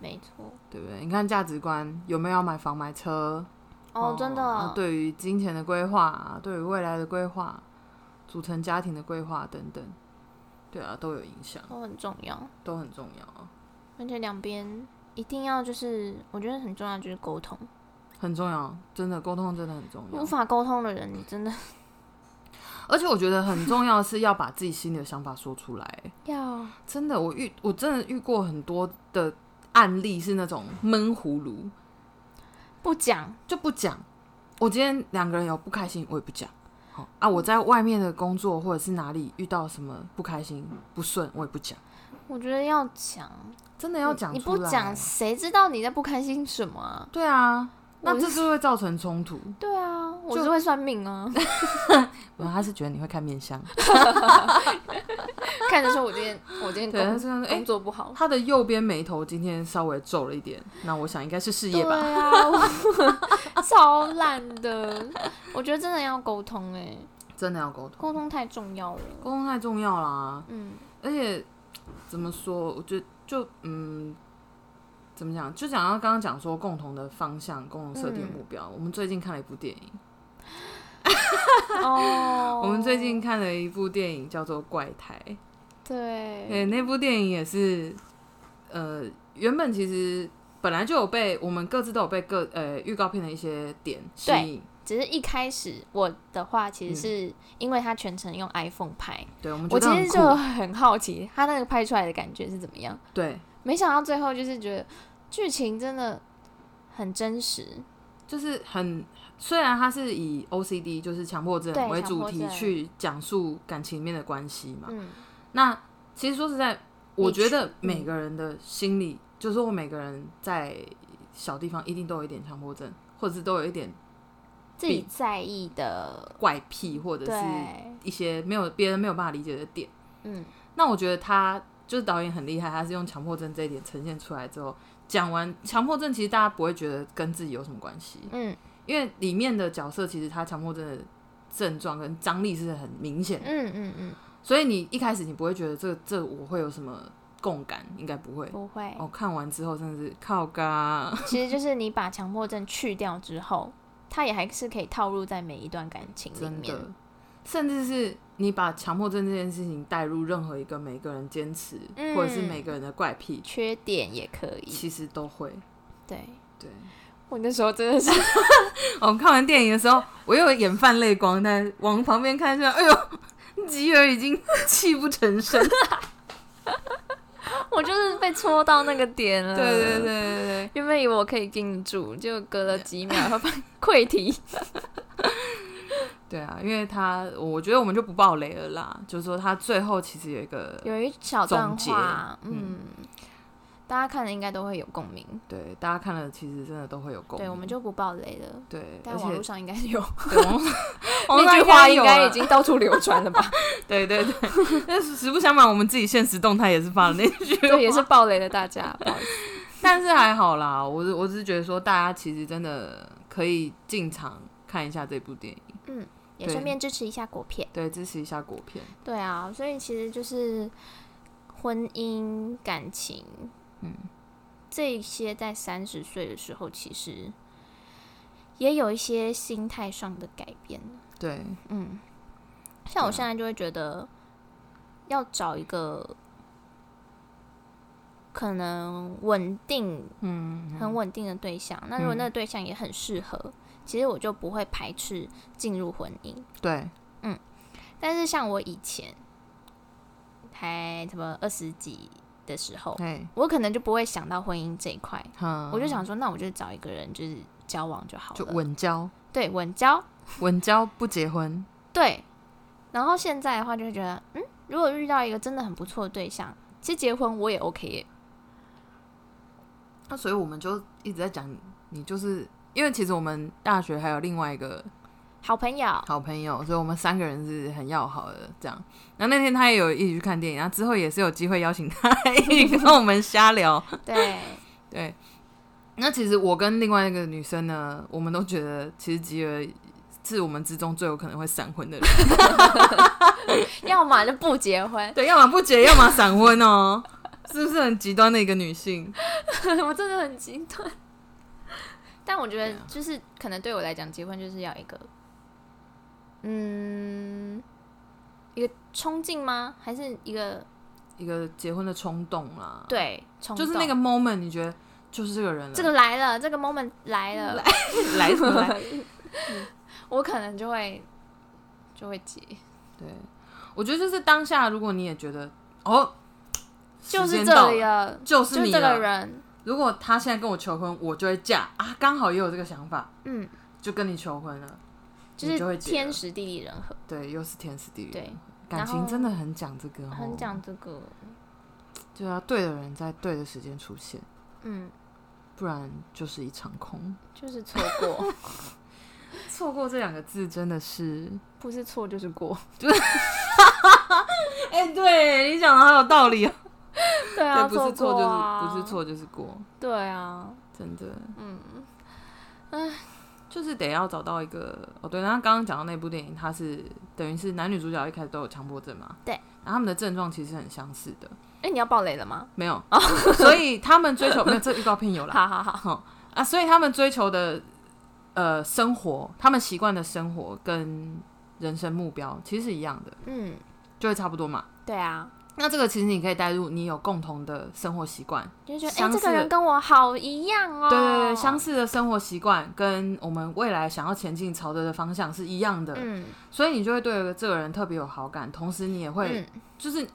[SPEAKER 2] 没错。
[SPEAKER 1] 对不对？你看价值观有没有要买房买车？
[SPEAKER 2] 哦，真
[SPEAKER 1] 那
[SPEAKER 2] 的，
[SPEAKER 1] 啊对于金钱的规划，啊对于未来的规划，组成家庭的规划等等，对啊，都有影响，
[SPEAKER 2] 都很重要。
[SPEAKER 1] 都很重要啊，
[SPEAKER 2] 而且两边一定要就是，我觉得很重要就是沟通。
[SPEAKER 1] 很重要，真的沟通真的很重
[SPEAKER 2] 无
[SPEAKER 1] 要。
[SPEAKER 2] 法沟通的人，你真的
[SPEAKER 1] 而且我觉得很重要的是要把自己心里的想法说出来、
[SPEAKER 2] 要
[SPEAKER 1] 真的，我遇我真的遇过很多的案例是那种闷葫芦，
[SPEAKER 2] 不讲，
[SPEAKER 1] 就不讲。我今天两个人有不开心，我也不讲。好啊，我在外面的工作或者是哪里遇到什么不开心、不顺，我也不讲。
[SPEAKER 2] 我觉得要讲，
[SPEAKER 1] 真的要讲
[SPEAKER 2] 嗯你
[SPEAKER 1] 出来，
[SPEAKER 2] 不讲，谁知道你在不开心什么啊？
[SPEAKER 1] 对啊，
[SPEAKER 2] 我
[SPEAKER 1] 那这是会造成冲突。
[SPEAKER 2] 对啊，我
[SPEAKER 1] 就是
[SPEAKER 2] 会算命啊，
[SPEAKER 1] 然后他是觉得你会看面相，
[SPEAKER 2] 看着说我今天我今天
[SPEAKER 1] 对，他
[SPEAKER 2] 工
[SPEAKER 1] 这样说，哎、
[SPEAKER 2] 工作不好，
[SPEAKER 1] 他的右边眉头今天稍微皱了一点，那我想应该是事业吧。
[SPEAKER 2] 对啊， 我超懒的。我觉得真的要沟通哎、
[SPEAKER 1] 真的要沟通，
[SPEAKER 2] 沟通太重要了。
[SPEAKER 1] 沟通太重要啦。
[SPEAKER 2] 嗯，
[SPEAKER 1] 而且怎么说，我觉得就嗯，怎么讲？就讲到刚刚讲说共同的方向、共同设定
[SPEAKER 2] 嗯
[SPEAKER 1] 目标。我们最近看了一部电影，
[SPEAKER 2] 哦，
[SPEAKER 1] 我们最近看了一部电影叫做《怪胎》。
[SPEAKER 2] 对，
[SPEAKER 1] 对，那部电影也是，呃，原本其实本来就有被我们各自都有被各呃预告片的一些点吸
[SPEAKER 2] 对
[SPEAKER 1] 引。
[SPEAKER 2] 只是一开始我的话，其实是因为他全程用 iPhone 拍，
[SPEAKER 1] 对，嗯我们觉
[SPEAKER 2] 我
[SPEAKER 1] 得
[SPEAKER 2] 其
[SPEAKER 1] 很
[SPEAKER 2] 实
[SPEAKER 1] 酷
[SPEAKER 2] 就。很好奇他那个拍出来的感觉是怎么样。
[SPEAKER 1] 对，
[SPEAKER 2] 没想到最后就是觉得剧情真的很真实，
[SPEAKER 1] 就是很虽然它是以 OCD 就是强迫症
[SPEAKER 2] 对
[SPEAKER 1] 为
[SPEAKER 2] 强
[SPEAKER 1] 主
[SPEAKER 2] 迫
[SPEAKER 1] 题
[SPEAKER 2] 症
[SPEAKER 1] 去讲述感情里面的关系嘛，
[SPEAKER 2] 嗯，
[SPEAKER 1] 那其实说实在，我
[SPEAKER 2] 你
[SPEAKER 1] 觉得
[SPEAKER 2] 去嗯
[SPEAKER 1] 每个人的心理，就是我每个人在小地方一定都有一点强迫症，或者是都有一点
[SPEAKER 2] 自己在意的，
[SPEAKER 1] 怪癖，或者是
[SPEAKER 2] 对，
[SPEAKER 1] 一些没有别人没有办法理解的点。
[SPEAKER 2] 嗯，
[SPEAKER 1] 那我觉得他就是导演很厉害，他是用强迫症这一点呈现出来之后，讲完强迫症，其实大家不会觉得跟自己有什么关系，
[SPEAKER 2] 嗯
[SPEAKER 1] 因为里面的角色其实他强迫症的症状跟张力是很明显的。
[SPEAKER 2] 嗯嗯嗯，
[SPEAKER 1] 所以你一开始你不会觉得这这我会有什么共感，应该不会。
[SPEAKER 2] 不会，
[SPEAKER 1] 哦，看完之后真的是靠嘎，
[SPEAKER 2] 其实就是你把强迫症去掉之后，它也还是可以套入在每一段感情里
[SPEAKER 1] 真
[SPEAKER 2] 面。
[SPEAKER 1] 的，甚至是你把强迫症这件事情带入任何一个每个人坚持、
[SPEAKER 2] 嗯
[SPEAKER 1] 或者是每个人的怪癖，
[SPEAKER 2] 缺点也可以，
[SPEAKER 1] 其实都会。
[SPEAKER 2] 对
[SPEAKER 1] 对，
[SPEAKER 2] 我那时候真的是
[SPEAKER 1] 我、哦看完电影的时候，我又眼泛泪光，但往旁边看一下，哎呦， 吉尔已经泣不成 声。
[SPEAKER 2] 我就是被戳到那个点了。
[SPEAKER 1] 对对对，对对，
[SPEAKER 2] 原本以为我可以定住，就隔了几秒，然后发现 溃堤。
[SPEAKER 1] 对啊，因为他，我觉得我们就不爆雷了啦，就是说他最后其实有一个
[SPEAKER 2] 有一小段
[SPEAKER 1] 总结
[SPEAKER 2] 话，嗯，大家看了应该都会有共鸣。
[SPEAKER 1] 对，大家看了其实真的都会有共鸣。
[SPEAKER 2] 对，我们就不爆雷了。
[SPEAKER 1] 对，而
[SPEAKER 2] 但网络
[SPEAKER 1] 且
[SPEAKER 2] 上应该有
[SPEAKER 1] 对网络网络
[SPEAKER 2] 哦 那
[SPEAKER 1] 上
[SPEAKER 2] 句话，
[SPEAKER 1] 应
[SPEAKER 2] 应
[SPEAKER 1] 有
[SPEAKER 2] 该
[SPEAKER 1] 啊
[SPEAKER 2] 已经到处流传了吧？
[SPEAKER 1] 对对 对。但是实不相瞒，我们自己现实动态也是发了那句，
[SPEAKER 2] 对，也是爆雷了大 家。不好意思
[SPEAKER 1] 但是还好啦。我只我只是觉得说，大家其实真的可以进场看一下这部电影，
[SPEAKER 2] 也
[SPEAKER 1] 对
[SPEAKER 2] 顺便支持一下果片。
[SPEAKER 1] 对，支持一下果片。
[SPEAKER 2] 对啊，所以其实就是婚姻、感情，嗯，这些在三十岁的时候，其实也有一些心态上的改变。
[SPEAKER 1] 对，
[SPEAKER 2] 嗯，像我现在就会觉得，要找一个可能稳定、
[SPEAKER 1] 嗯，
[SPEAKER 2] 很稳定的对象。那如果那个对象也很适合，其实我就不会排斥进入婚姻。
[SPEAKER 1] 对，
[SPEAKER 2] 但是像我以前还什么二十几的时候，
[SPEAKER 1] 哎，
[SPEAKER 2] 我可能就不会想到婚姻这一块，
[SPEAKER 1] 哈，
[SPEAKER 2] 我就想说，那我就找一个人就是交往就好
[SPEAKER 1] 就
[SPEAKER 2] 了，
[SPEAKER 1] 稳交，
[SPEAKER 2] 对，稳交，
[SPEAKER 1] 稳交不结婚，
[SPEAKER 2] 对。然后现在的话，就会觉得，嗯，如果遇到一个真的很不错的对象，其实结婚我也 OK 耶
[SPEAKER 1] 那所以我们就一直在讲，你就是因为其实我们大学还有另外一个
[SPEAKER 2] 好朋友，
[SPEAKER 1] 好朋友，所以我们三个人是很要好的这样。然后那天他也有一起去看电影，然后之后也是有机会邀请他一起 跟我们瞎聊。
[SPEAKER 2] 对，
[SPEAKER 1] 对，那其实我跟另外一个女生呢，我们都觉得其实吉儿是我们之中最有可能会闪婚的人，
[SPEAKER 2] 要么就不结婚，
[SPEAKER 1] 对，要么不结，要么闪婚哦，是不是很极端的一个女性？
[SPEAKER 2] 我真的很极 端。但我觉得，
[SPEAKER 1] 啊
[SPEAKER 2] 就是可能对我来讲，结婚就是要一个，嗯，一个冲劲吗？还是一个
[SPEAKER 1] 一个结婚的冲动啦，，
[SPEAKER 2] 对冲
[SPEAKER 1] 哦就是
[SPEAKER 2] 动
[SPEAKER 1] 那个 moment，你觉得就是这个人了，
[SPEAKER 2] 这个来了，这个 moment 来了，
[SPEAKER 1] 嗯
[SPEAKER 2] 嗯
[SPEAKER 1] 来什么来？
[SPEAKER 2] 我可能就会就会结，
[SPEAKER 1] 对，我觉得就是当下，如果你也觉得哦，
[SPEAKER 2] 就
[SPEAKER 1] 时
[SPEAKER 2] 是
[SPEAKER 1] 间
[SPEAKER 2] 这
[SPEAKER 1] 到
[SPEAKER 2] 里
[SPEAKER 1] 了，
[SPEAKER 2] 了，
[SPEAKER 1] 就
[SPEAKER 2] 就是是
[SPEAKER 1] 你
[SPEAKER 2] 这个
[SPEAKER 1] 了。
[SPEAKER 2] 人，
[SPEAKER 1] 如果他现在跟我求婚，我就会嫁啊，刚好也有这个想法，
[SPEAKER 2] 嗯，
[SPEAKER 1] 就跟你求婚了，
[SPEAKER 2] 就
[SPEAKER 1] 你就会
[SPEAKER 2] 是
[SPEAKER 1] 结了
[SPEAKER 2] 天时地利人和，
[SPEAKER 1] 对，又是天时地利。
[SPEAKER 2] 对，
[SPEAKER 1] 感
[SPEAKER 2] 然
[SPEAKER 1] 情
[SPEAKER 2] 后
[SPEAKER 1] 真的很讲这个、哦，
[SPEAKER 2] 很，讲这个，
[SPEAKER 1] 就要对的人在对的时间出现，
[SPEAKER 2] 嗯，
[SPEAKER 1] 不然就是一场空。
[SPEAKER 2] 就是错 过，
[SPEAKER 1] 错过这两个字真的是，
[SPEAKER 2] 不是错就是过，
[SPEAKER 1] 哎、哎、对你讲的好有道理哦。
[SPEAKER 2] 对啊，
[SPEAKER 1] 对，不是
[SPEAKER 2] 做
[SPEAKER 1] 错
[SPEAKER 2] 过
[SPEAKER 1] 就是、
[SPEAKER 2] 啊
[SPEAKER 1] 不是，错就是过，
[SPEAKER 2] 对啊，
[SPEAKER 1] 真的
[SPEAKER 2] 嗯，
[SPEAKER 1] 就是得要找到一个哦。对，然后刚刚讲到那部电影，它是等于是男女主角一开始都有强迫症嘛，
[SPEAKER 2] 对，
[SPEAKER 1] 然后他们的症状其实很相似的，
[SPEAKER 2] 哎、你要爆雷了吗？
[SPEAKER 1] 没有，所以他们追求没有这预告片有啦，
[SPEAKER 2] 好好好，
[SPEAKER 1] 啊，所以他们追求的呃生活，他们习惯的生活跟人生目标其实是一样的，
[SPEAKER 2] 嗯，
[SPEAKER 1] 就会差不多嘛。
[SPEAKER 2] 对啊，
[SPEAKER 1] 那这个其实你可以带入你有共同的生活习惯，
[SPEAKER 2] 就觉得哎、
[SPEAKER 1] 相
[SPEAKER 2] 这个
[SPEAKER 1] 似
[SPEAKER 2] 人跟我好一样哦，
[SPEAKER 1] 对对对，相似的生活习惯跟我们未来想要前进朝着的方向是一样的，
[SPEAKER 2] 嗯，
[SPEAKER 1] 所以你就会对这个人特别有好感，同时你也会、
[SPEAKER 2] 嗯，
[SPEAKER 1] 就是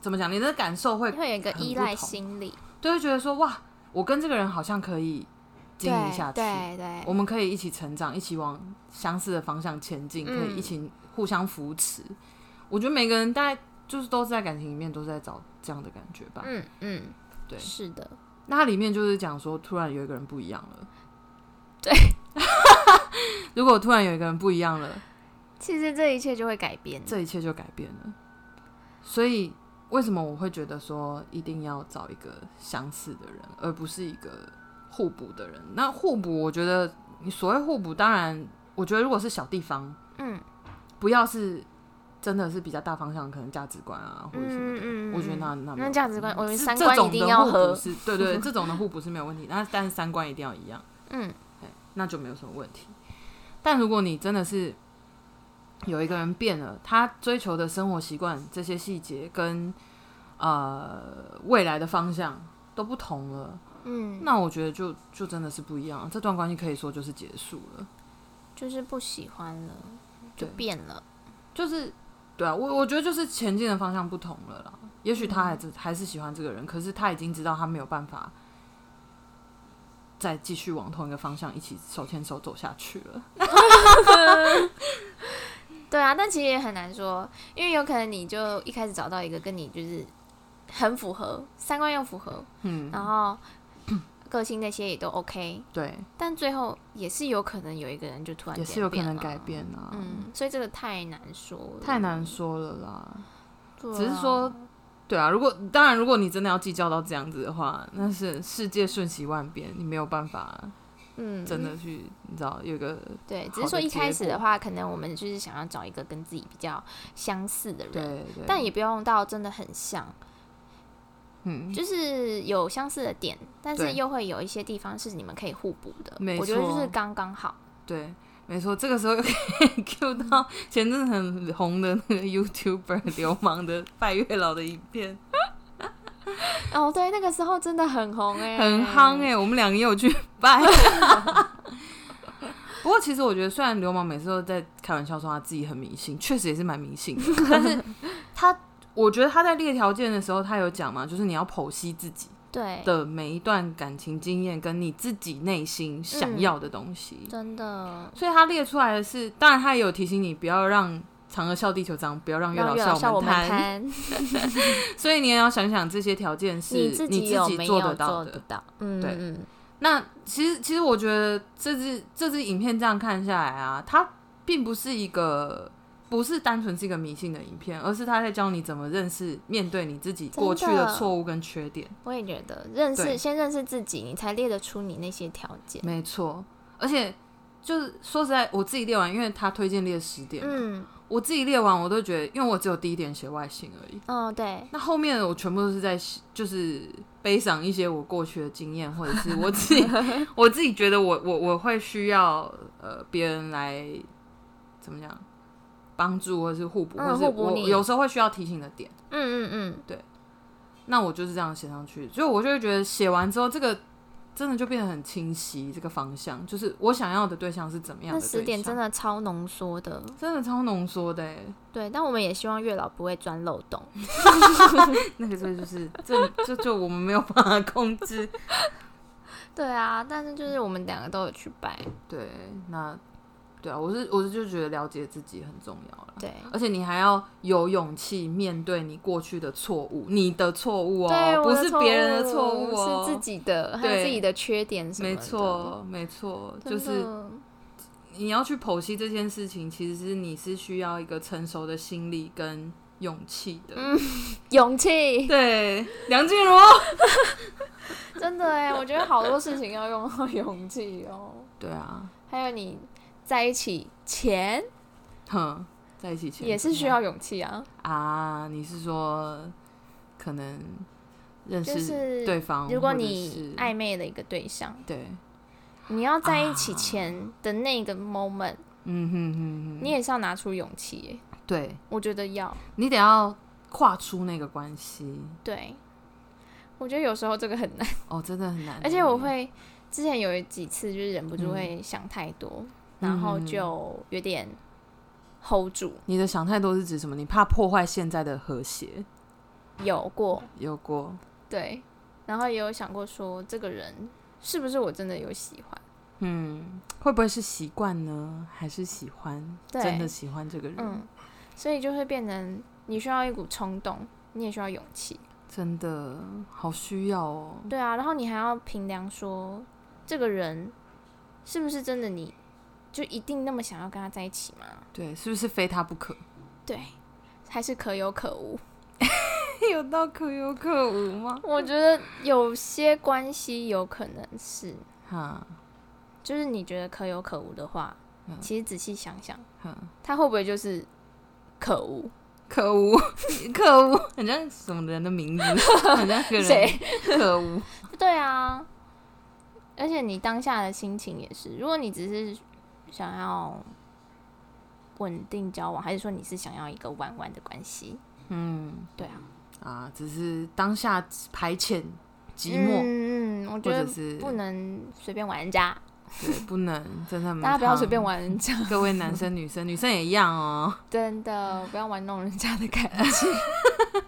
[SPEAKER 1] 怎么讲，你的感受会
[SPEAKER 2] 会有一个
[SPEAKER 1] 很
[SPEAKER 2] 依
[SPEAKER 1] 不
[SPEAKER 2] 赖
[SPEAKER 1] 同
[SPEAKER 2] 心理，
[SPEAKER 1] 就会觉得说哇，我跟这个人好像可以经营
[SPEAKER 2] 对
[SPEAKER 1] 下去，
[SPEAKER 2] 对对，
[SPEAKER 1] 我们可以一起成长，一起往相似的方向前进，可
[SPEAKER 2] 嗯
[SPEAKER 1] 以一起互相扶持。我觉得每个人大概就是都是在感情里面都是在找这样的感觉吧。
[SPEAKER 2] 嗯嗯，
[SPEAKER 1] 对
[SPEAKER 2] 是的，
[SPEAKER 1] 那它里面就是讲说，突然有一个人不一样了。
[SPEAKER 2] 对，
[SPEAKER 1] 如果突然有一个人不一样了，
[SPEAKER 2] 其实这一切就会改变，
[SPEAKER 1] 这一切就改变了。所以为什么我会觉得说一定要找一个相似的人，而不是一个互补的人？那互补，我觉得你所谓互补，当然，我觉得如果是小地方，
[SPEAKER 2] 嗯
[SPEAKER 1] 不要是真的是比较大方向，可能价值观啊或者什么的。
[SPEAKER 2] 嗯嗯，
[SPEAKER 1] 我觉得
[SPEAKER 2] 嗯
[SPEAKER 1] 那那没
[SPEAKER 2] 那
[SPEAKER 1] 有
[SPEAKER 2] 价值观，我觉得
[SPEAKER 1] 是
[SPEAKER 2] 三
[SPEAKER 1] 这
[SPEAKER 2] 观
[SPEAKER 1] 种
[SPEAKER 2] 一
[SPEAKER 1] 的
[SPEAKER 2] 定要
[SPEAKER 1] 互补
[SPEAKER 2] 合，
[SPEAKER 1] 是对 对，对这种的互补是没有问题。那但是三观一定要一样，
[SPEAKER 2] 嗯
[SPEAKER 1] 那就没有什么问题。但如果你真的是有一个人变了，他追求的生活习惯、这些细节跟呃未来的方向都不同了，
[SPEAKER 2] 嗯，
[SPEAKER 1] 那我觉得就就真的是不一样了。这段关系可以说就是结束了。
[SPEAKER 2] 就是不喜欢了，就
[SPEAKER 1] 对
[SPEAKER 2] 变了，
[SPEAKER 1] 就是对啊，我我觉得就是前进的方向不同了啦。也许他还
[SPEAKER 2] 嗯
[SPEAKER 1] 是、还是喜欢这个人，可是他已经知道他没有办法再继续往同一个方向一起手牵手走下去了。
[SPEAKER 2] 对啊，但其实也很难说，因为有可能你就一开始找到一个跟你就是很符合，三观又符合，
[SPEAKER 1] 嗯，
[SPEAKER 2] 然后 个性那些也都 OK，
[SPEAKER 1] 对，
[SPEAKER 2] 但最后也是有可能有一个人就突然
[SPEAKER 1] 也
[SPEAKER 2] 间
[SPEAKER 1] 是有可
[SPEAKER 2] 变
[SPEAKER 1] 能
[SPEAKER 2] 了
[SPEAKER 1] 改，变啊，
[SPEAKER 2] 嗯，所以这个太难说了，
[SPEAKER 1] 太难说了啦。
[SPEAKER 2] 对啊，
[SPEAKER 1] 只是说对啊，如果当然，如果你真的要计较到这样子的话，那是世界瞬息万变，你没有办法
[SPEAKER 2] 嗯，
[SPEAKER 1] 真的去，你知道有一个
[SPEAKER 2] 对，只
[SPEAKER 1] 好
[SPEAKER 2] 是说
[SPEAKER 1] 的
[SPEAKER 2] 一
[SPEAKER 1] 结
[SPEAKER 2] 开始的
[SPEAKER 1] 果
[SPEAKER 2] 话，可能我们就是想要找一个跟自己比较相似的
[SPEAKER 1] 对
[SPEAKER 2] 人，
[SPEAKER 1] 对，
[SPEAKER 2] 但也不用到真的很像，
[SPEAKER 1] 嗯，
[SPEAKER 2] 就是有相似的点，但是
[SPEAKER 1] 对
[SPEAKER 2] 又会有一些地方是你们可以互补的。
[SPEAKER 1] 没
[SPEAKER 2] 我觉得就是
[SPEAKER 1] 错
[SPEAKER 2] 刚刚好。
[SPEAKER 1] 对，没错，这个时候又 可以 Q 到前阵子很红的那个 YouTuber 流氓的拜月老的影片，
[SPEAKER 2] 哦，对，那个时候真的很红哎、
[SPEAKER 1] 很夯哎、我们两个也有去拜。 不过其实我觉得，虽然流氓每次都在开玩笑说他自己很迷信，确实也是蛮迷信的，但是他。我觉得他在列条件的时候，他有讲嘛，就是你要剖析自己
[SPEAKER 2] 对，
[SPEAKER 1] 的每一段感情经验，跟你自己内心想要的东西。
[SPEAKER 2] 真的
[SPEAKER 1] 所以他列出来的是，当然他也有提醒你不要让嫦娥笑地球章，不要让月
[SPEAKER 2] 让
[SPEAKER 1] 老
[SPEAKER 2] 月老
[SPEAKER 1] 笑
[SPEAKER 2] 笑我们
[SPEAKER 1] 贪。
[SPEAKER 2] 贪，
[SPEAKER 1] 所以你也要想想这些条件是
[SPEAKER 2] 你
[SPEAKER 1] 自
[SPEAKER 2] 自己有没有
[SPEAKER 1] 做
[SPEAKER 2] 做
[SPEAKER 1] 得到
[SPEAKER 2] 得
[SPEAKER 1] 的。
[SPEAKER 2] 到？嗯，
[SPEAKER 1] 对
[SPEAKER 2] 嗯
[SPEAKER 1] 那其实其实我觉得这支这支影片这样看下来啊，它并不是一个。不是单纯是一个迷信的影片，而是他在教你怎么认识、面对你自己过去
[SPEAKER 2] 真
[SPEAKER 1] 的
[SPEAKER 2] 的
[SPEAKER 1] 错误跟缺点。
[SPEAKER 2] 我也觉得认识
[SPEAKER 1] 对
[SPEAKER 2] 先认识自己，你才列得出你那些条件。
[SPEAKER 1] 没错，而且就是说实在，我自己列完，因为他推荐列十点嘛，
[SPEAKER 2] 嗯
[SPEAKER 1] 我自己列完我都觉得，因为我只有第一点写外形而已，
[SPEAKER 2] 嗯，对，
[SPEAKER 1] 那后面我全部都是在就是悲伤一些我过去的经验，或者是我 自己我自己觉得我我我会需要呃别人来怎么讲帮助，或者是互补，
[SPEAKER 2] 嗯
[SPEAKER 1] 或者
[SPEAKER 2] 互
[SPEAKER 1] 是
[SPEAKER 2] 补
[SPEAKER 1] 我
[SPEAKER 2] 你
[SPEAKER 1] 有时候会需要提醒的点。
[SPEAKER 2] 嗯嗯嗯，
[SPEAKER 1] 那我就是这样写上去，所以我就会觉得写完之后，这个真的就变得很清晰，这个方向就是我想要的对象是怎么样
[SPEAKER 2] 那
[SPEAKER 1] 的对象。
[SPEAKER 2] 十点真的超浓缩的。
[SPEAKER 1] 真的超浓缩的欸，
[SPEAKER 2] 对，但我们也希望月老不会钻漏洞。
[SPEAKER 1] 那个所以就是这这就我们没有办法控制。
[SPEAKER 2] 对啊，但是就是我们两个都有去拜，
[SPEAKER 1] 对，那对啊，我是我是就觉得了解自己很重要了，
[SPEAKER 2] 对，
[SPEAKER 1] 而且你还要有勇气面对你过去的错误，你的错误
[SPEAKER 2] 对，
[SPEAKER 1] 哦，
[SPEAKER 2] 我
[SPEAKER 1] 不
[SPEAKER 2] 的
[SPEAKER 1] 是
[SPEAKER 2] 错
[SPEAKER 1] 别人的错误哦，
[SPEAKER 2] 是自己的，还有
[SPEAKER 1] 对
[SPEAKER 2] 自己的缺点什么的。
[SPEAKER 1] 没错，没错，就
[SPEAKER 2] 真的，
[SPEAKER 1] 是你要去剖析这件事情，其实是你是需要一个成熟的心理跟勇气的。
[SPEAKER 2] 嗯勇气，
[SPEAKER 1] 对，梁静茹。
[SPEAKER 2] 真的哎，我觉得好多事情要用到勇气哦。
[SPEAKER 1] 对啊，
[SPEAKER 2] 还有你在一起前
[SPEAKER 1] 哼，在一起前
[SPEAKER 2] 也是需要勇气啊，
[SPEAKER 1] 啊。你是说可能认
[SPEAKER 2] 就
[SPEAKER 1] 识
[SPEAKER 2] 是
[SPEAKER 1] 对方，
[SPEAKER 2] 如果
[SPEAKER 1] 或者
[SPEAKER 2] 你
[SPEAKER 1] 是
[SPEAKER 2] 暧昧的一个对象，
[SPEAKER 1] 对，
[SPEAKER 2] 你要在一起前的那个 moment，、
[SPEAKER 1] 嗯哼哼
[SPEAKER 2] 你也是要拿出勇气耶。
[SPEAKER 1] 哼，对
[SPEAKER 2] 我觉得要
[SPEAKER 1] 你得要跨出那个关系
[SPEAKER 2] 对，我觉得有时候这个很难，
[SPEAKER 1] 哦，真的很难。欸
[SPEAKER 2] 而且我会之前有几次就是忍不住会想太多，
[SPEAKER 1] 嗯
[SPEAKER 2] 然后就有点 hold 住，
[SPEAKER 1] 你的想太多是指什么？你怕破坏现在的和谐？
[SPEAKER 2] 有过
[SPEAKER 1] 有过，
[SPEAKER 2] 对，然后也有想过说这个人是不是我真的有喜欢，
[SPEAKER 1] 嗯，会不会是习惯呢？还是喜欢？
[SPEAKER 2] 对
[SPEAKER 1] 真的喜欢这个人？
[SPEAKER 2] 嗯，所以就会变成你需要一股冲动，你也需要勇气，
[SPEAKER 1] 真的好需要哦。
[SPEAKER 2] 对啊，然后你还要评量说这个人是不是真的你就一定那么想要跟他在一起吗？
[SPEAKER 1] 对，是不是非他不可？
[SPEAKER 2] 对，还是可有可无。
[SPEAKER 1] 有到可有可无吗？
[SPEAKER 2] 我觉得有些关系有可能是，
[SPEAKER 1] 哈，
[SPEAKER 2] 就是你觉得可有可无的话，
[SPEAKER 1] 嗯
[SPEAKER 2] 其实仔细想想
[SPEAKER 1] 嗯，
[SPEAKER 2] 他会不会就是可恶？
[SPEAKER 1] 可恶， 可恶，好像什么人的名字， 好像个人
[SPEAKER 2] 谁？
[SPEAKER 1] 可恶。
[SPEAKER 2] 对啊，而且你当下的心情也是，如果你只是想要稳定交往，还是说你是想要一个玩玩的关系？
[SPEAKER 1] 嗯
[SPEAKER 2] 对啊，
[SPEAKER 1] 啊，只是当下排遣寂寞，
[SPEAKER 2] 嗯，嗯我觉
[SPEAKER 1] 或者
[SPEAKER 2] 得
[SPEAKER 1] 是
[SPEAKER 2] 不能随便玩人家，
[SPEAKER 1] 对，不能真的很
[SPEAKER 2] 大家不要
[SPEAKER 1] 胖
[SPEAKER 2] 随便。玩人家，
[SPEAKER 1] 各位男生、女生，女生也一样哦。
[SPEAKER 2] 真的不要玩弄人家的感觉。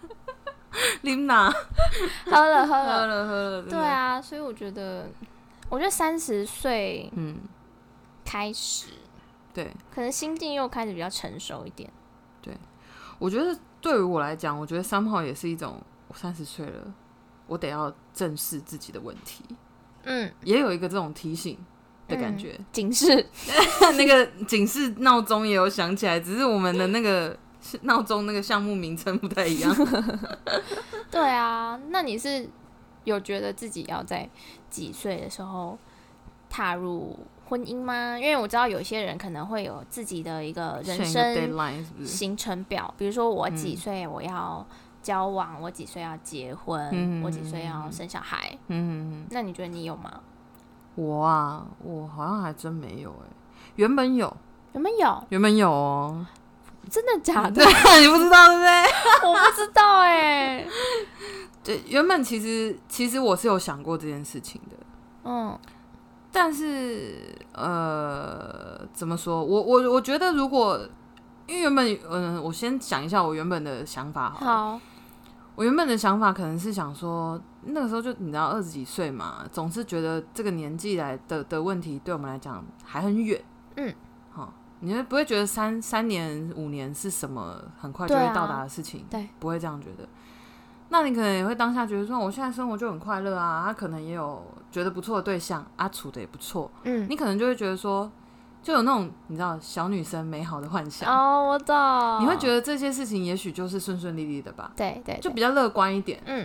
[SPEAKER 1] Lina，
[SPEAKER 2] 喝了喝
[SPEAKER 1] 喝
[SPEAKER 2] 了，
[SPEAKER 1] 了喝了，真
[SPEAKER 2] 呃对
[SPEAKER 1] 的，
[SPEAKER 2] 啊，所以我觉得，我觉得三十岁
[SPEAKER 1] 嗯，
[SPEAKER 2] 开始，
[SPEAKER 1] 对，
[SPEAKER 2] 可能心境又开始比较成熟一点。
[SPEAKER 1] 我觉得对于我来讲，我觉得三号也是一种，我三十岁了，我得要正视自己的问题，
[SPEAKER 2] 嗯，
[SPEAKER 1] 也有一个这种提醒的感
[SPEAKER 2] 嗯
[SPEAKER 1] 觉。
[SPEAKER 2] 警示
[SPEAKER 1] 那个警示闹钟也有响起来，只是我们的那个是闹钟那个项目名称不太一样。
[SPEAKER 2] 对啊，那你是有觉得自己要在几岁的时候踏入婚姻吗？因为我知道有些人可能会有自己的一个
[SPEAKER 1] 选一
[SPEAKER 2] 人
[SPEAKER 1] 个
[SPEAKER 2] 生
[SPEAKER 1] deadline 是不是？
[SPEAKER 2] 行程表，比如说我几
[SPEAKER 1] 嗯
[SPEAKER 2] 岁我要交往，我几岁要结婚，
[SPEAKER 1] 嗯
[SPEAKER 2] 我几岁要生小孩。
[SPEAKER 1] 嗯，
[SPEAKER 2] 那你觉得你有吗？
[SPEAKER 1] 我啊，我好像还真没有哎、原本有，
[SPEAKER 2] 有没有？
[SPEAKER 1] 原本有哦，
[SPEAKER 2] 真的假的？
[SPEAKER 1] 对，你不知道对不对？
[SPEAKER 2] 我不知道哎、
[SPEAKER 1] 对，原本其实其实我是有想过这件事情的，
[SPEAKER 2] 嗯
[SPEAKER 1] 但是呃，怎么说？我我我觉得如果因为原本嗯、我先讲一下我原本的想法， 好了。
[SPEAKER 2] 好，
[SPEAKER 1] 我原本的想法可能是想说，那个时候就你知道二十几岁嘛，总是觉得这个年纪来的的问题对我们来讲还很远。
[SPEAKER 2] 嗯，
[SPEAKER 1] 好、你就不会觉得三三年五年是什么很快就会
[SPEAKER 2] 对啊
[SPEAKER 1] 到达的事情，
[SPEAKER 2] 对
[SPEAKER 1] 不会这样觉得。那你可能也会当下觉得说，我现在生活就很快乐啊，他可能也有觉得不错的对象，啊，处的也不错，
[SPEAKER 2] 嗯，
[SPEAKER 1] 你可能就会觉得说，就有那种你知道小女生美好的幻想，
[SPEAKER 2] 哦，我懂，
[SPEAKER 1] 你会觉
[SPEAKER 2] 得
[SPEAKER 1] 得这些事情也许就是顺顺利利的吧，
[SPEAKER 2] 对对，
[SPEAKER 1] 就
[SPEAKER 2] 对
[SPEAKER 1] 比较乐观一点。
[SPEAKER 2] 嗯，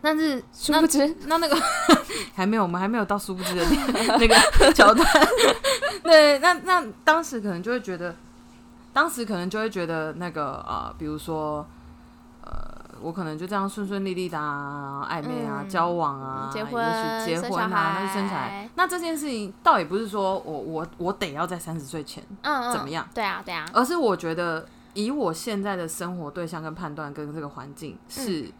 [SPEAKER 1] 但是
[SPEAKER 2] 殊不知，
[SPEAKER 1] 那那个 还没有，我们还没有到殊不知的 那个桥段。 对，那那当时可能就会觉得，当时可能就会觉得那个啊、呃比如说呃，我可能就这样顺顺利利的、啊、暧昧啊、
[SPEAKER 2] 嗯
[SPEAKER 1] 交往啊、
[SPEAKER 2] 结婚
[SPEAKER 1] 也许结
[SPEAKER 2] 生
[SPEAKER 1] 婚
[SPEAKER 2] 小
[SPEAKER 1] 啊，那就生小
[SPEAKER 2] 孩
[SPEAKER 1] 孩。那这件事情倒也不是说我我我得要在三十岁前，
[SPEAKER 2] 嗯嗯，
[SPEAKER 1] 怎么样
[SPEAKER 2] 对啊对啊，
[SPEAKER 1] 而是我觉得以我现在的生活对象跟判断跟这个环境
[SPEAKER 2] 嗯
[SPEAKER 1] 是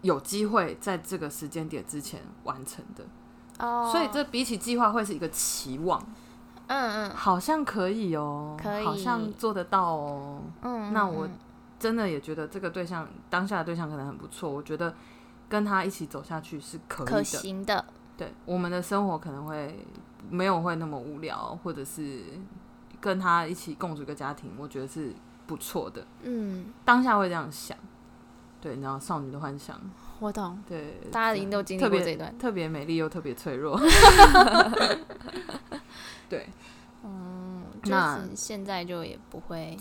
[SPEAKER 1] 有机会在这个时间点之前完成的，
[SPEAKER 2] 哦，
[SPEAKER 1] 呃所以这比起计划会是一个期望，
[SPEAKER 2] 嗯嗯
[SPEAKER 1] 好像可以哦，
[SPEAKER 2] 可以
[SPEAKER 1] 好像做得到哦。
[SPEAKER 2] 嗯，
[SPEAKER 1] 那我
[SPEAKER 2] 嗯
[SPEAKER 1] 真的也觉得这个对象当下的对象可能很不错，我觉得跟他一起走下去是可以
[SPEAKER 2] 可
[SPEAKER 1] 的。
[SPEAKER 2] 行的，
[SPEAKER 1] 对，我们的生活可能会没有会那么无聊，或者是跟他一起共组一个家庭，我觉得是不错的。
[SPEAKER 2] 嗯，
[SPEAKER 1] 当下会这样想，对，你知道少女的幻想，
[SPEAKER 2] 我懂，
[SPEAKER 1] 对，
[SPEAKER 2] 大家一定都经历
[SPEAKER 1] 特
[SPEAKER 2] 过
[SPEAKER 1] 别
[SPEAKER 2] 这一段，
[SPEAKER 1] 特别美丽又特别脆 弱。对，
[SPEAKER 2] 嗯，就
[SPEAKER 1] 那
[SPEAKER 2] 嗯 是现在就也不会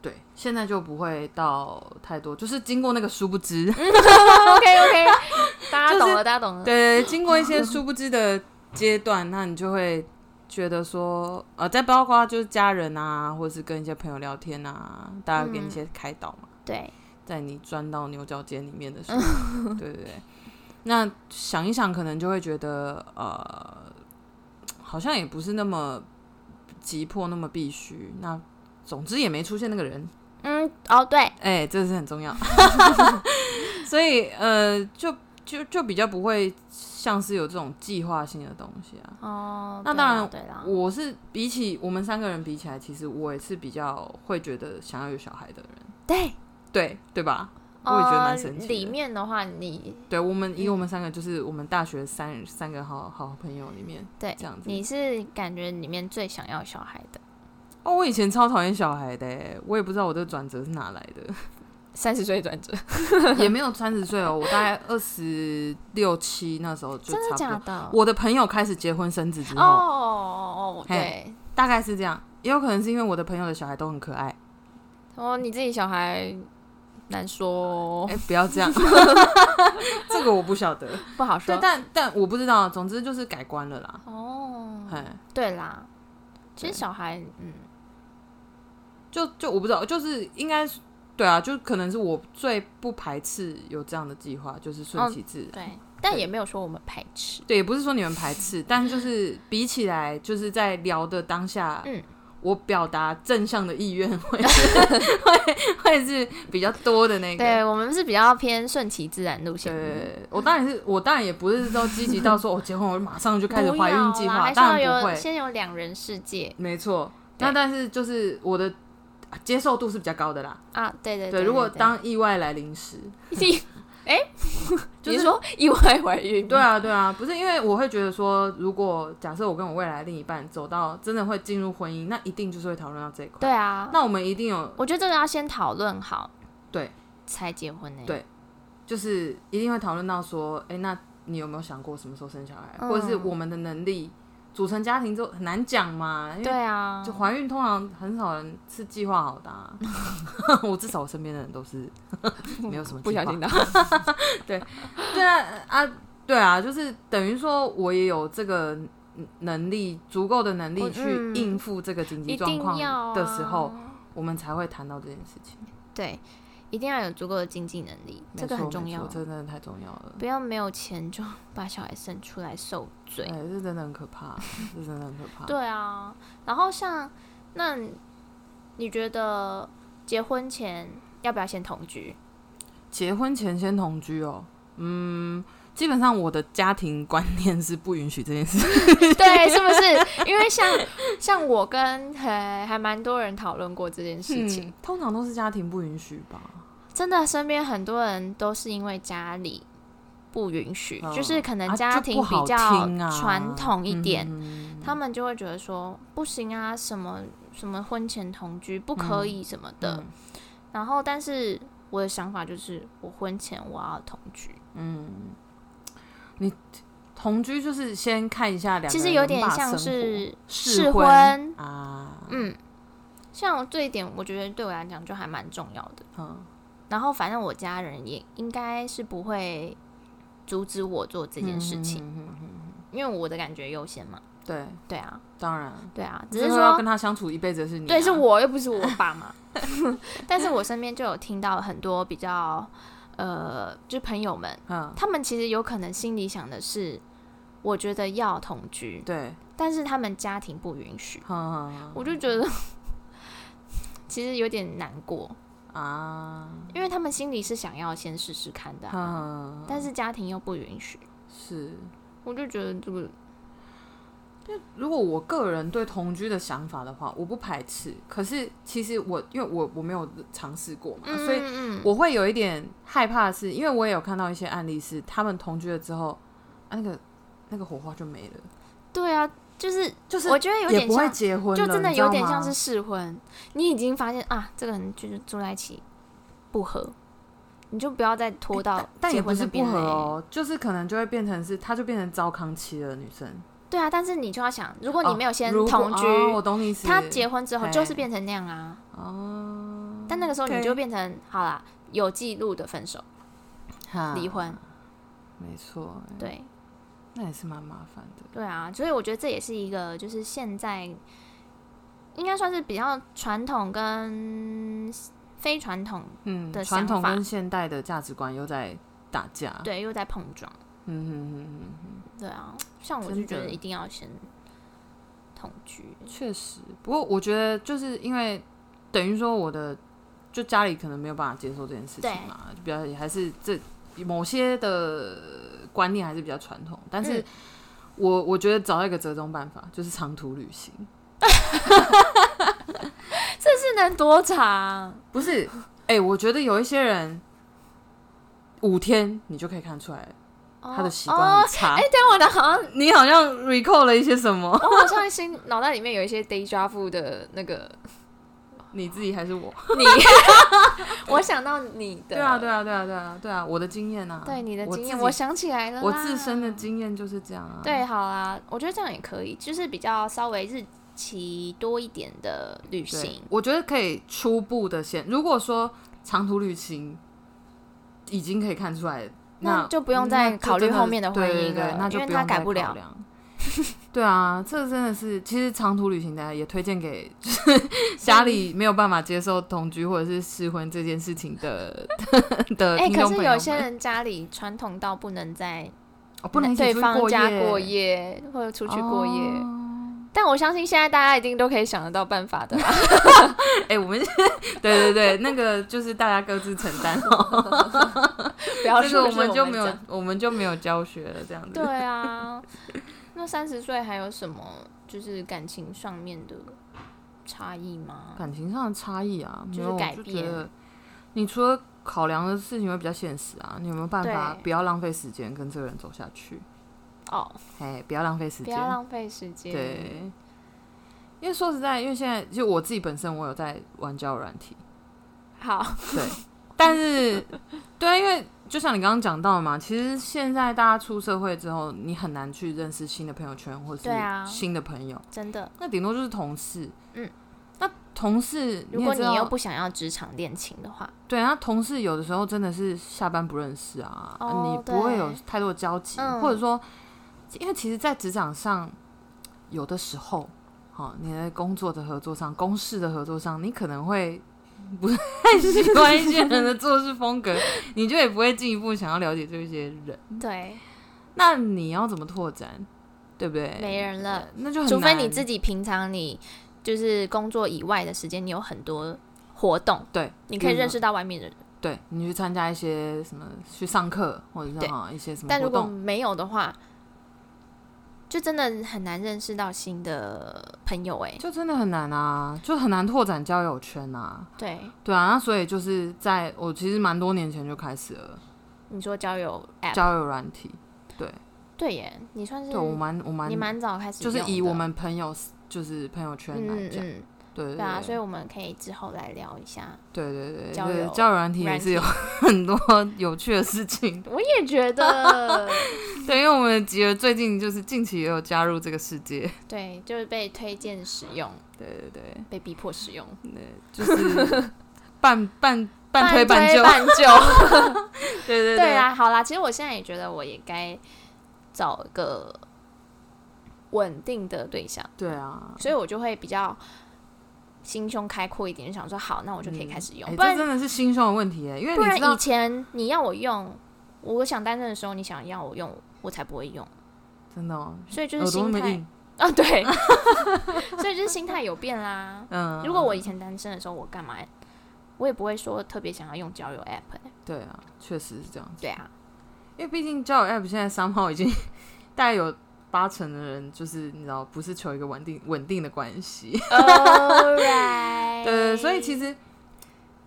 [SPEAKER 1] 对，现在就不会到太多，就是经过那个殊不知，
[SPEAKER 2] OK OK，大家懂
[SPEAKER 1] 就
[SPEAKER 2] 了，大家懂了。
[SPEAKER 1] 对，经过一些殊不知的阶段，那你就会觉得说，呃，再包括就是家人啊，或者是跟一些朋友聊天啊，大家给你一些开导嘛，
[SPEAKER 2] 对，
[SPEAKER 1] 在你钻到牛角尖里面的时候，对对对。那想一想，可能就会觉得，呃，好像也不是那么急迫，那么必须。那总之也没出现那个人，
[SPEAKER 2] 嗯，哦，对，
[SPEAKER 1] 哎、这是很重 要。所以呃，就就就比较不会像是有这种计划性的东西啊。
[SPEAKER 2] 哦，
[SPEAKER 1] 那
[SPEAKER 2] 对
[SPEAKER 1] 当
[SPEAKER 2] 啦
[SPEAKER 1] 然
[SPEAKER 2] 对啦，
[SPEAKER 1] 我是比起我们三个人比起来，其实我也是比较会觉得想要有小孩的人，
[SPEAKER 2] 对，
[SPEAKER 1] 对对吧？我也觉得
[SPEAKER 2] 呃
[SPEAKER 1] 蛮神奇的
[SPEAKER 2] 里面的话，你
[SPEAKER 1] 对我们
[SPEAKER 2] 嗯
[SPEAKER 1] 以我们三个就是我们大学三三个好好朋友里面，
[SPEAKER 2] 对
[SPEAKER 1] 这样子。
[SPEAKER 2] 你是感觉里面最想要小孩 的，
[SPEAKER 1] 哦，我以前超讨厌小孩的欸，我也不知道我的转折是哪来的，
[SPEAKER 2] 三十岁转折，
[SPEAKER 1] 也没有三十岁哦，我大概二十六七那时候就
[SPEAKER 2] 真的
[SPEAKER 1] 差不
[SPEAKER 2] 假
[SPEAKER 1] 多。
[SPEAKER 2] 的？
[SPEAKER 1] 我的朋友开始结婚生子之
[SPEAKER 2] 哦
[SPEAKER 1] 后，
[SPEAKER 2] 哦哦，对
[SPEAKER 1] 嘿，大概是这样，也有可能是因为我的朋友的小孩都很可爱。
[SPEAKER 2] 哦，你自己小孩难说哦
[SPEAKER 1] 哎、，不要 这样，这个我哎不晓得。
[SPEAKER 2] 不好说
[SPEAKER 1] 对，。但但我不知道，总之就是改观了啦。
[SPEAKER 2] 哦，
[SPEAKER 1] 哎，
[SPEAKER 2] 对啦，其实
[SPEAKER 1] 对
[SPEAKER 2] 小孩，嗯，
[SPEAKER 1] 就就我不知道，就是应该是对啊，就可能是我最不排斥有这样的计划，就是顺其自然。
[SPEAKER 2] 对，但也没有说我们排斥，
[SPEAKER 1] 对，也不是说你们排 斥，但就是比起来，就是在聊的当下，
[SPEAKER 2] 嗯，
[SPEAKER 1] 我表达正向的意愿 会会会是比较多的那个。
[SPEAKER 2] 对我们是比较偏顺其自然路线的。
[SPEAKER 1] 对，我当然是我当然也不是说积极到说我结婚我就马上就开始
[SPEAKER 2] 嗯不
[SPEAKER 1] 怀
[SPEAKER 2] 要
[SPEAKER 1] 孕计
[SPEAKER 2] 啦
[SPEAKER 1] 划，
[SPEAKER 2] 还是
[SPEAKER 1] 当
[SPEAKER 2] 要
[SPEAKER 1] 然不
[SPEAKER 2] 有
[SPEAKER 1] 会，
[SPEAKER 2] 先有两人世界
[SPEAKER 1] 没错。
[SPEAKER 2] 对
[SPEAKER 1] 那但是就是我的啊接受度是比较高的啦。
[SPEAKER 2] 啊，对对
[SPEAKER 1] 对，如果当意外来临 时，
[SPEAKER 2] 你哎，
[SPEAKER 1] 就是
[SPEAKER 2] 你 是说意外怀孕吗，
[SPEAKER 1] 对啊对啊，不是因为我会觉得说，如果假设我跟我未来另一半走到真的会进入婚姻，那一定就是会讨论到这一块。
[SPEAKER 2] 对啊，
[SPEAKER 1] 那我们一定有
[SPEAKER 2] 我觉得这个要先讨论好，
[SPEAKER 1] 对，
[SPEAKER 2] 才结婚欸呢，
[SPEAKER 1] 对就是一定会讨论到说，哎、那你有没有想过什么时候生小孩，
[SPEAKER 2] 嗯
[SPEAKER 1] 或者是我们的能力组成家庭之后很难讲嘛，因为
[SPEAKER 2] 对啊
[SPEAKER 1] 就，怀孕通常很少人是计划好的、 啊，我至少我身边的人都是没有什么计划
[SPEAKER 2] 不小心的，
[SPEAKER 1] 对啊啊对啊，就是等于说我也有这个能力，足够的能力
[SPEAKER 2] 我
[SPEAKER 1] 去
[SPEAKER 2] 嗯
[SPEAKER 1] 应付这个经济
[SPEAKER 2] 一
[SPEAKER 1] 状
[SPEAKER 2] 定
[SPEAKER 1] 况
[SPEAKER 2] 要啊
[SPEAKER 1] 的时候，我们才会谈到这件事情。
[SPEAKER 2] 对，一定要有足够的经济能力，这个
[SPEAKER 1] 没错
[SPEAKER 2] 很重
[SPEAKER 1] 没错
[SPEAKER 2] 要，
[SPEAKER 1] 这真的太重要了。
[SPEAKER 2] 不要没有钱就把小孩生出来受罪
[SPEAKER 1] 哎，，这真的很可怕，这真的很可怕。
[SPEAKER 2] 对啊，然后像那你觉得结婚前要不要先同居？
[SPEAKER 1] 结婚前先同居哦，嗯，基本上我的家庭观念是不允许这件事。
[SPEAKER 2] 对，是不是？因为像像我跟还还蛮多人讨论过这件事情，
[SPEAKER 1] 嗯通常都是家庭不允许吧？
[SPEAKER 2] 真的身边很多人都是因为家里不允许，
[SPEAKER 1] 嗯
[SPEAKER 2] 就是可能
[SPEAKER 1] 啊
[SPEAKER 2] 家
[SPEAKER 1] 就
[SPEAKER 2] 庭
[SPEAKER 1] 不
[SPEAKER 2] 比
[SPEAKER 1] 好
[SPEAKER 2] 较
[SPEAKER 1] 听啊
[SPEAKER 2] 传统一点，
[SPEAKER 1] 嗯
[SPEAKER 2] 他们就会觉得说不行啊，什么什么婚前同居不可以什么的。
[SPEAKER 1] 嗯
[SPEAKER 2] 然后，但是我的想法就是，我婚前我要同居。
[SPEAKER 1] 嗯，你同居就是先看一下两个人
[SPEAKER 2] 其实有
[SPEAKER 1] 能
[SPEAKER 2] 点
[SPEAKER 1] 不能
[SPEAKER 2] 像
[SPEAKER 1] 把生活
[SPEAKER 2] 是
[SPEAKER 1] 试
[SPEAKER 2] 婚，
[SPEAKER 1] 啊，
[SPEAKER 2] 嗯，像这一点，我觉得对我来讲就还蛮重要的。
[SPEAKER 1] 嗯
[SPEAKER 2] 然后，反正我家人也应该是不会阻止我做这件事情，
[SPEAKER 1] 嗯嗯嗯嗯
[SPEAKER 2] 因为我的感觉优先嘛。
[SPEAKER 1] 嗯对，
[SPEAKER 2] 对啊，
[SPEAKER 1] 当然，
[SPEAKER 2] 对啊，只
[SPEAKER 1] 最
[SPEAKER 2] 是
[SPEAKER 1] 后要
[SPEAKER 2] 说
[SPEAKER 1] 跟，他相处一辈子的是你、啊
[SPEAKER 2] 对，是，我又不是我爸妈。 但是我身边就有听到很多比较，呃，就是朋友们，
[SPEAKER 1] 嗯，
[SPEAKER 2] 他们其实有可能心里想的是，我觉得要同居，
[SPEAKER 1] 对，
[SPEAKER 2] 但是他们家庭不允许。
[SPEAKER 1] 嗯
[SPEAKER 2] 我就觉得 其实有点难过，
[SPEAKER 1] 啊，
[SPEAKER 2] 因为他们心里是想要先试试看的啊、
[SPEAKER 1] 嗯，
[SPEAKER 2] 但是家庭又不允许，
[SPEAKER 1] 是。
[SPEAKER 2] 我就觉得这个
[SPEAKER 1] 如果我个人对同居的想法的话，我不排斥。可是其实我因为我我没有尝试过嘛，所以
[SPEAKER 2] 嗯嗯
[SPEAKER 1] 我会有一点害怕的是，因为我也有看到一些案例是他们同居了之后，啊那个那个火花就没了，
[SPEAKER 2] 对啊，就是
[SPEAKER 1] 就是
[SPEAKER 2] 我觉得有
[SPEAKER 1] 也
[SPEAKER 2] 点
[SPEAKER 1] 不会
[SPEAKER 2] 像，
[SPEAKER 1] 结婚了，
[SPEAKER 2] 就真的
[SPEAKER 1] 你知道
[SPEAKER 2] 有点像
[SPEAKER 1] 吗
[SPEAKER 2] 是试婚，你已经发现啊，这个人就是住在一起不合，你就不要再拖到
[SPEAKER 1] 但
[SPEAKER 2] 结
[SPEAKER 1] 也不
[SPEAKER 2] 婚
[SPEAKER 1] 是
[SPEAKER 2] 那
[SPEAKER 1] 不
[SPEAKER 2] 边欸
[SPEAKER 1] 合
[SPEAKER 2] 嘞
[SPEAKER 1] 哦，就是可能就会变成是，她就变成糟糠妻了。女生，
[SPEAKER 2] 对啊，但是你就要想，如果
[SPEAKER 1] 哦
[SPEAKER 2] 你没有先
[SPEAKER 1] 如果哦
[SPEAKER 2] 同居，
[SPEAKER 1] 哦我懂你意思。
[SPEAKER 2] 他结婚之后
[SPEAKER 1] 嘿
[SPEAKER 2] 就是变成那样啊。
[SPEAKER 1] 哦，
[SPEAKER 2] 但那个时候你
[SPEAKER 1] OK
[SPEAKER 2] 就变成好啦，有记录的分手、
[SPEAKER 1] 哈
[SPEAKER 2] 离婚，
[SPEAKER 1] 没错，
[SPEAKER 2] 对
[SPEAKER 1] 嗯那也是蛮麻烦的。
[SPEAKER 2] 对啊，所以我觉得这也是一个就是现在应该算是比较传统跟非传统
[SPEAKER 1] 嗯
[SPEAKER 2] 的，
[SPEAKER 1] 传
[SPEAKER 2] 想
[SPEAKER 1] 统
[SPEAKER 2] 法
[SPEAKER 1] 跟现代的价值观又在打架。，
[SPEAKER 2] 对又在碰撞，
[SPEAKER 1] 嗯嗯嗯，
[SPEAKER 2] 对啊，像我
[SPEAKER 1] 真
[SPEAKER 2] 就觉
[SPEAKER 1] 的
[SPEAKER 2] 得一定要先同居，
[SPEAKER 1] 确实。不过我觉得就是因为等于说我的就家里可能没有办法接受这件事情
[SPEAKER 2] 对
[SPEAKER 1] 嘛，就比较还是这某些的观念还是比较传统，但是。
[SPEAKER 2] 嗯
[SPEAKER 1] 我我觉得找到一个折中办法，就是长途旅行，
[SPEAKER 2] 这能多长？
[SPEAKER 1] 不是？哎、我觉得有一些人五天你就可以看出来他的习惯
[SPEAKER 2] 哦
[SPEAKER 1] 很差。
[SPEAKER 2] 哎、对，哦我的好像，
[SPEAKER 1] 你好像 recall 了一些什么？
[SPEAKER 2] 我好像心 脑袋里面有一些 day job 的那个
[SPEAKER 1] 你自己还是我？
[SPEAKER 2] 你，我想到你的，
[SPEAKER 1] 对啊，对，啊，对啊，对啊，对啊，我的经验啊，
[SPEAKER 2] 对你的经验，
[SPEAKER 1] 我
[SPEAKER 2] 我想起来了
[SPEAKER 1] 自
[SPEAKER 2] 啦，
[SPEAKER 1] 己我自身的经验就是这样啊。
[SPEAKER 2] 对，好啦，我觉得这样也可以，就是比较稍微日期多一点的旅
[SPEAKER 1] 对
[SPEAKER 2] 行，
[SPEAKER 1] 我觉得可以初步的先，如果说长途旅行已经可以看出来，
[SPEAKER 2] 那
[SPEAKER 1] 那
[SPEAKER 2] 就不用再
[SPEAKER 1] 那就
[SPEAKER 2] 考虑
[SPEAKER 1] 真的
[SPEAKER 2] 后面的婚
[SPEAKER 1] 对对
[SPEAKER 2] 姻
[SPEAKER 1] 对
[SPEAKER 2] 了
[SPEAKER 1] 那就
[SPEAKER 2] 因为
[SPEAKER 1] 不
[SPEAKER 2] 他
[SPEAKER 1] 用
[SPEAKER 2] 改
[SPEAKER 1] 再
[SPEAKER 2] 不了
[SPEAKER 1] 考量。 对啊，这真的是，其实长途旅行大家也推荐 给就是家里没有办法接受同居或者是试婚这件事情 的的
[SPEAKER 2] 哎、
[SPEAKER 1] 呃听
[SPEAKER 2] 可
[SPEAKER 1] 众
[SPEAKER 2] 是
[SPEAKER 1] 朋友
[SPEAKER 2] 有
[SPEAKER 1] 们
[SPEAKER 2] 些人家方传统到不能在
[SPEAKER 1] 哦不能一起
[SPEAKER 2] 对
[SPEAKER 1] 出去
[SPEAKER 2] 方家
[SPEAKER 1] 夜
[SPEAKER 2] 过夜或者出去过夜，
[SPEAKER 1] 哦
[SPEAKER 2] 但我相信现在大家一定都可以想得到办法的 啦。
[SPEAKER 1] 哎、我们 对对对，那个就是大家各自承担哦。
[SPEAKER 2] 不要
[SPEAKER 1] 这
[SPEAKER 2] 说
[SPEAKER 1] 个
[SPEAKER 2] 是
[SPEAKER 1] 我们就没
[SPEAKER 2] 讲
[SPEAKER 1] 有，我们就没有教学了，这样子。
[SPEAKER 2] 对啊，那三十岁还有什么就是感情上面的差异吗？
[SPEAKER 1] 感情上的差异啊，没
[SPEAKER 2] 就是
[SPEAKER 1] 有，我
[SPEAKER 2] 改
[SPEAKER 1] 就觉
[SPEAKER 2] 变
[SPEAKER 1] 得你除了考量的事情会比较现实啊，你有没有办法
[SPEAKER 2] 对
[SPEAKER 1] 不要浪费时间跟这个人走下去？
[SPEAKER 2] 哦，
[SPEAKER 1] 哎，不要浪费时
[SPEAKER 2] 不
[SPEAKER 1] 间
[SPEAKER 2] 要，浪费时间。，
[SPEAKER 1] 对。因为说实在，因为现在就我自己本身，我有在玩交友软体，
[SPEAKER 2] 好，
[SPEAKER 1] 对，但 是对啊，因为就像你刚刚讲到的嘛，其实现在大家出社会之后，你很难去认识新的朋友圈或是
[SPEAKER 2] 对啊
[SPEAKER 1] 新的朋友，
[SPEAKER 2] 真的。
[SPEAKER 1] 那顶多就是同事。
[SPEAKER 2] 嗯，
[SPEAKER 1] 那同事
[SPEAKER 2] 如
[SPEAKER 1] 也
[SPEAKER 2] 果
[SPEAKER 1] 知
[SPEAKER 2] 你
[SPEAKER 1] 道
[SPEAKER 2] 又不想要职场恋情的话，
[SPEAKER 1] 对，那同事有的时候真的是下班不认识啊，
[SPEAKER 2] 哦
[SPEAKER 1] 你不会
[SPEAKER 2] 对
[SPEAKER 1] 有太多交集，
[SPEAKER 2] 嗯
[SPEAKER 1] 或者说，因为其实，在职场上，有的时候，哦，你的工作的合作上、公事的合作上，你可能会不太喜欢一些人的做事风格，你就也不会进一步想要了解这些人。
[SPEAKER 2] 对，
[SPEAKER 1] 那你要怎么拓展，对不对？
[SPEAKER 2] 没人了，
[SPEAKER 1] 那呃就很
[SPEAKER 2] 除非
[SPEAKER 1] 难
[SPEAKER 2] 你自己平常你就是工作以外的时间，你有很多活动，
[SPEAKER 1] 对，
[SPEAKER 2] 你可以
[SPEAKER 1] 嗯
[SPEAKER 2] 认识到外面的人。
[SPEAKER 1] 对你去参加一些什么去上课，或者是
[SPEAKER 2] 对
[SPEAKER 1] 啊一些什么
[SPEAKER 2] 但
[SPEAKER 1] 活
[SPEAKER 2] 如果
[SPEAKER 1] 动，
[SPEAKER 2] 没有的话，就真的很难认识到新的朋友哎、
[SPEAKER 1] 就真的很难啊，就很难拓展交友圈啊。
[SPEAKER 2] 对，
[SPEAKER 1] 对啊，那所以就是在我其实蛮多年前就开始了
[SPEAKER 2] 你说交友 app，
[SPEAKER 1] 交友软体，
[SPEAKER 2] 对耶，你算是
[SPEAKER 1] 对我蛮我蛮
[SPEAKER 2] 嗯你蛮早开始
[SPEAKER 1] 就是
[SPEAKER 2] 用
[SPEAKER 1] 以
[SPEAKER 2] 的
[SPEAKER 1] 我们朋友就是朋友圈来
[SPEAKER 2] 嗯
[SPEAKER 1] 讲，
[SPEAKER 2] 嗯，
[SPEAKER 1] 对对
[SPEAKER 2] 对啊，所以我们可以之后来聊一下。
[SPEAKER 1] 对对对对
[SPEAKER 2] 交
[SPEAKER 1] 对
[SPEAKER 2] 友
[SPEAKER 1] 交友软体也
[SPEAKER 2] 软
[SPEAKER 1] 是有 很多有趣的事情，
[SPEAKER 2] 我也觉得，
[SPEAKER 1] 对，因为我们的吉儿最近就是近期也有加入这个世界，
[SPEAKER 2] 对，就是被推荐使用，
[SPEAKER 1] 对对对，
[SPEAKER 2] 被逼迫使用，
[SPEAKER 1] 就是 半半半推半就，
[SPEAKER 2] 半就。
[SPEAKER 1] 对对
[SPEAKER 2] 对，啊，好啦，其实我现在也觉得我也该找一个稳定的对象，
[SPEAKER 1] 对啊。
[SPEAKER 2] 所以我就会比较心胸开阔一点，想说好，那我就可以开始用，
[SPEAKER 1] 哎、
[SPEAKER 2] 不然
[SPEAKER 1] 这真的是心胸的问题哎，因为
[SPEAKER 2] 不
[SPEAKER 1] 你知
[SPEAKER 2] 然
[SPEAKER 1] 道
[SPEAKER 2] 以前你要我用，我想单身的时候你想要我用，我才不会用，
[SPEAKER 1] 真的、哦，
[SPEAKER 2] 所以就是
[SPEAKER 1] 耳朵那
[SPEAKER 2] 心
[SPEAKER 1] 么
[SPEAKER 2] 态
[SPEAKER 1] 硬，
[SPEAKER 2] 啊，对， 所以就是心态有变啦。
[SPEAKER 1] 嗯，
[SPEAKER 2] 如果我以前单身的时候，我干嘛？我也不会说特别想要用交友 app，、欸、
[SPEAKER 1] 对啊，确实是这样子。
[SPEAKER 2] 对啊，
[SPEAKER 1] 因为毕竟交友 App 现在商号已经 大概有八成的人，就是你知道，不是求一个稳定稳定的关系。
[SPEAKER 2] All right，
[SPEAKER 1] 对，所以其实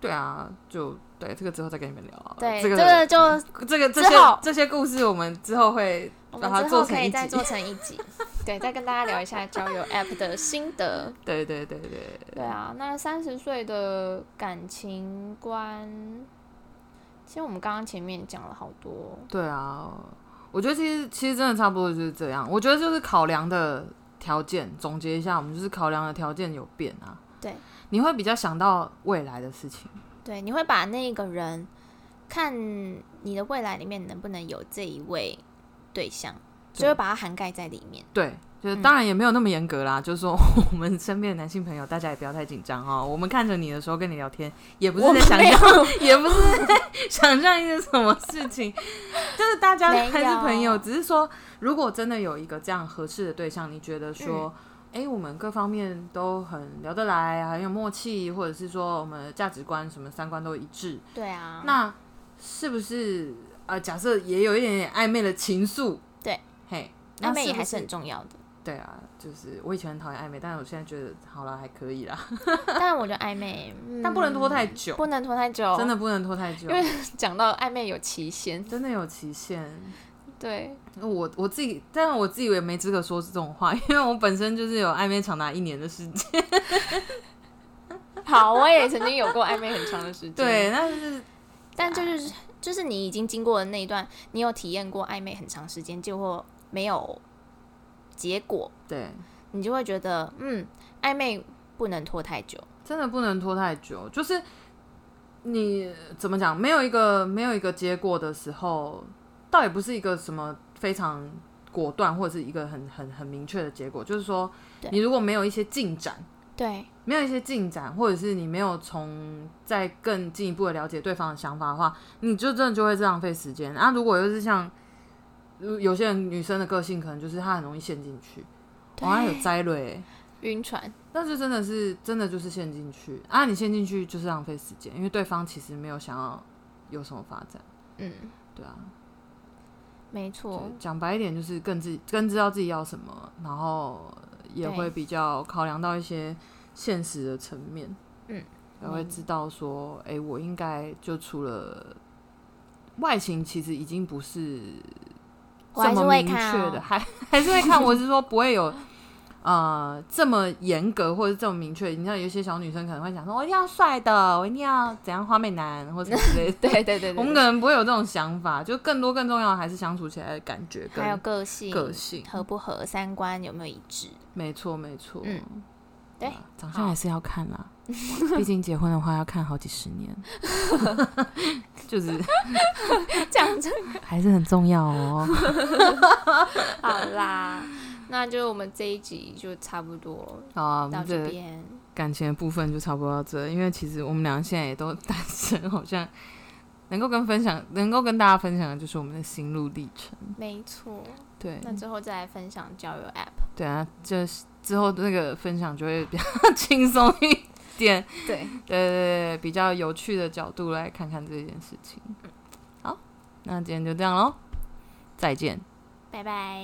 [SPEAKER 1] 对啊，就对这个之后再跟你们聊啊。
[SPEAKER 2] 对
[SPEAKER 1] 这个
[SPEAKER 2] 就
[SPEAKER 1] 这个这
[SPEAKER 2] 之
[SPEAKER 1] 些
[SPEAKER 2] 后
[SPEAKER 1] 这些故事，我们之后会
[SPEAKER 2] 我
[SPEAKER 1] 把它
[SPEAKER 2] 们之
[SPEAKER 1] 做
[SPEAKER 2] 后
[SPEAKER 1] 成
[SPEAKER 2] 可以
[SPEAKER 1] 一
[SPEAKER 2] 再
[SPEAKER 1] 集
[SPEAKER 2] 做成一 集，对，再跟大家聊一下交友 App 的心得。
[SPEAKER 1] 对对对对，
[SPEAKER 2] 对啊，那三十岁的感情观，其实我们刚刚前面讲了好多，
[SPEAKER 1] 对啊，我觉得其实其实真的差不多就是这样。我觉得就是考量的条件，总结一下，我们就是考量的条件有变啊。
[SPEAKER 2] 对。
[SPEAKER 1] 你会比较想到未来的事情。
[SPEAKER 2] 对，你会把那个人看你的未来里面能不能有这一位对象，就会把它涵盖在里面。
[SPEAKER 1] 对，就是
[SPEAKER 2] 嗯
[SPEAKER 1] 当然也没有那么严格啦，就是说 我们身边的男性朋友，大家也不要太紧张哦。我们看着你的时候跟你聊天，也不是
[SPEAKER 2] 我
[SPEAKER 1] 在
[SPEAKER 2] 们
[SPEAKER 1] 想
[SPEAKER 2] 没
[SPEAKER 1] 象， 也不是在想象一些什么事情， 就是大家
[SPEAKER 2] 没有
[SPEAKER 1] 还是朋友，只是说如果真的有一个这样合适的对象，你觉得说。诶
[SPEAKER 2] 嗯
[SPEAKER 1] 我们各方面都很聊得来，很有默契，或者是说我们的价值观什么三观都一致，
[SPEAKER 2] 对啊，
[SPEAKER 1] 那是不是呃，假设也有一点点暧昧的情愫？
[SPEAKER 2] 对，
[SPEAKER 1] 嘿，那
[SPEAKER 2] 暧昧也
[SPEAKER 1] 不
[SPEAKER 2] 还是很重要的。
[SPEAKER 1] 对啊，就是我以前很讨厌暧昧，但是我现在觉得好了，还可以啦，
[SPEAKER 2] 但我觉得暧昧，嗯
[SPEAKER 1] 但不能拖太久，
[SPEAKER 2] 不能拖太久，
[SPEAKER 1] 真的不能拖太久
[SPEAKER 2] 因，为讲到暧昧有期限，
[SPEAKER 1] 真的有期限。
[SPEAKER 2] 对，
[SPEAKER 1] 我我自己，但我自己也没资格说这种话，因 为我本身就是有暧昧长达一年的时间。
[SPEAKER 2] 好，我也曾经有过暧昧很长的时间，
[SPEAKER 1] 对，，但是
[SPEAKER 2] 但就是就是你已经经过的那一段，你有体验过暧昧很长时间，结果没有结果，
[SPEAKER 1] 对，
[SPEAKER 2] 你就会觉得，嗯，暧昧不能拖太久，
[SPEAKER 1] 真的不能拖太久，就是你怎么讲，没有一个没有一个结果的时候，倒也不是一个什么非常果断或者是一个很很很明确的结果，就是说
[SPEAKER 2] 对
[SPEAKER 1] 你如果没有一些进展，
[SPEAKER 2] 对，
[SPEAKER 1] 没有一些进展，或者是你没有从再更进一步的了解对方的想法的话，你就真的就会浪费时间。啊，如果又是像如有些人女生的个性，可能就是她很容易陷进去，哇，她有栽累欸、
[SPEAKER 2] 晕船，
[SPEAKER 1] 但是真的是真的就是陷进去啊！你陷进去就是浪费时间，因为对方其实没有想要有什么发展，
[SPEAKER 2] 嗯，
[SPEAKER 1] 对啊。
[SPEAKER 2] 没错，
[SPEAKER 1] 对讲白一点，就是更自更知道自己要什么，然后也
[SPEAKER 2] 对
[SPEAKER 1] 会比较考量到一些现实的层面，
[SPEAKER 2] 嗯，
[SPEAKER 1] 也会知道说，哎、我应该就除了外形，其实已经不是
[SPEAKER 2] 我
[SPEAKER 1] 这
[SPEAKER 2] 还是
[SPEAKER 1] 么
[SPEAKER 2] 会
[SPEAKER 1] 明
[SPEAKER 2] 看、
[SPEAKER 1] 确的，
[SPEAKER 2] 哦，
[SPEAKER 1] 还 还是会看。我是说不会有呃这么严格或者这么明确。你知道有一些小女生可能会想说，我一定要帅的，我一定要怎样花美男或者之类的。
[SPEAKER 2] 对对对对，对
[SPEAKER 1] 我们可能不会有这种想法，就更多更重要的还是相处起来的感觉
[SPEAKER 2] 还有
[SPEAKER 1] 跟
[SPEAKER 2] 个性、
[SPEAKER 1] 个性。
[SPEAKER 2] 合不合、三观有没有一 致，
[SPEAKER 1] 没错，没错。
[SPEAKER 2] 嗯对
[SPEAKER 1] 啊，长相还是要看啦， 毕竟结婚的话要看好几十 年，就是
[SPEAKER 2] 讲真
[SPEAKER 1] 还是很重要 哦。
[SPEAKER 2] 好啦，那就我们这一集就差不多
[SPEAKER 1] 好啊，我
[SPEAKER 2] 到
[SPEAKER 1] 们这
[SPEAKER 2] 这
[SPEAKER 1] 个
[SPEAKER 2] 边。
[SPEAKER 1] 感情的部分就差不多到这，因为其实我们俩现在也都单身，好像能够跟分享， 能够跟大家分享的就是我们的心路历程。
[SPEAKER 2] 没错，
[SPEAKER 1] 对，
[SPEAKER 2] 那之后再来分享交友 App。
[SPEAKER 1] 对啊，就是之后那个分享就会比较 轻松一点，
[SPEAKER 2] 对，
[SPEAKER 1] 对对对，比较有趣的角度来看看这件事情。好，那今天就这样喽，再见。
[SPEAKER 2] 拜拜。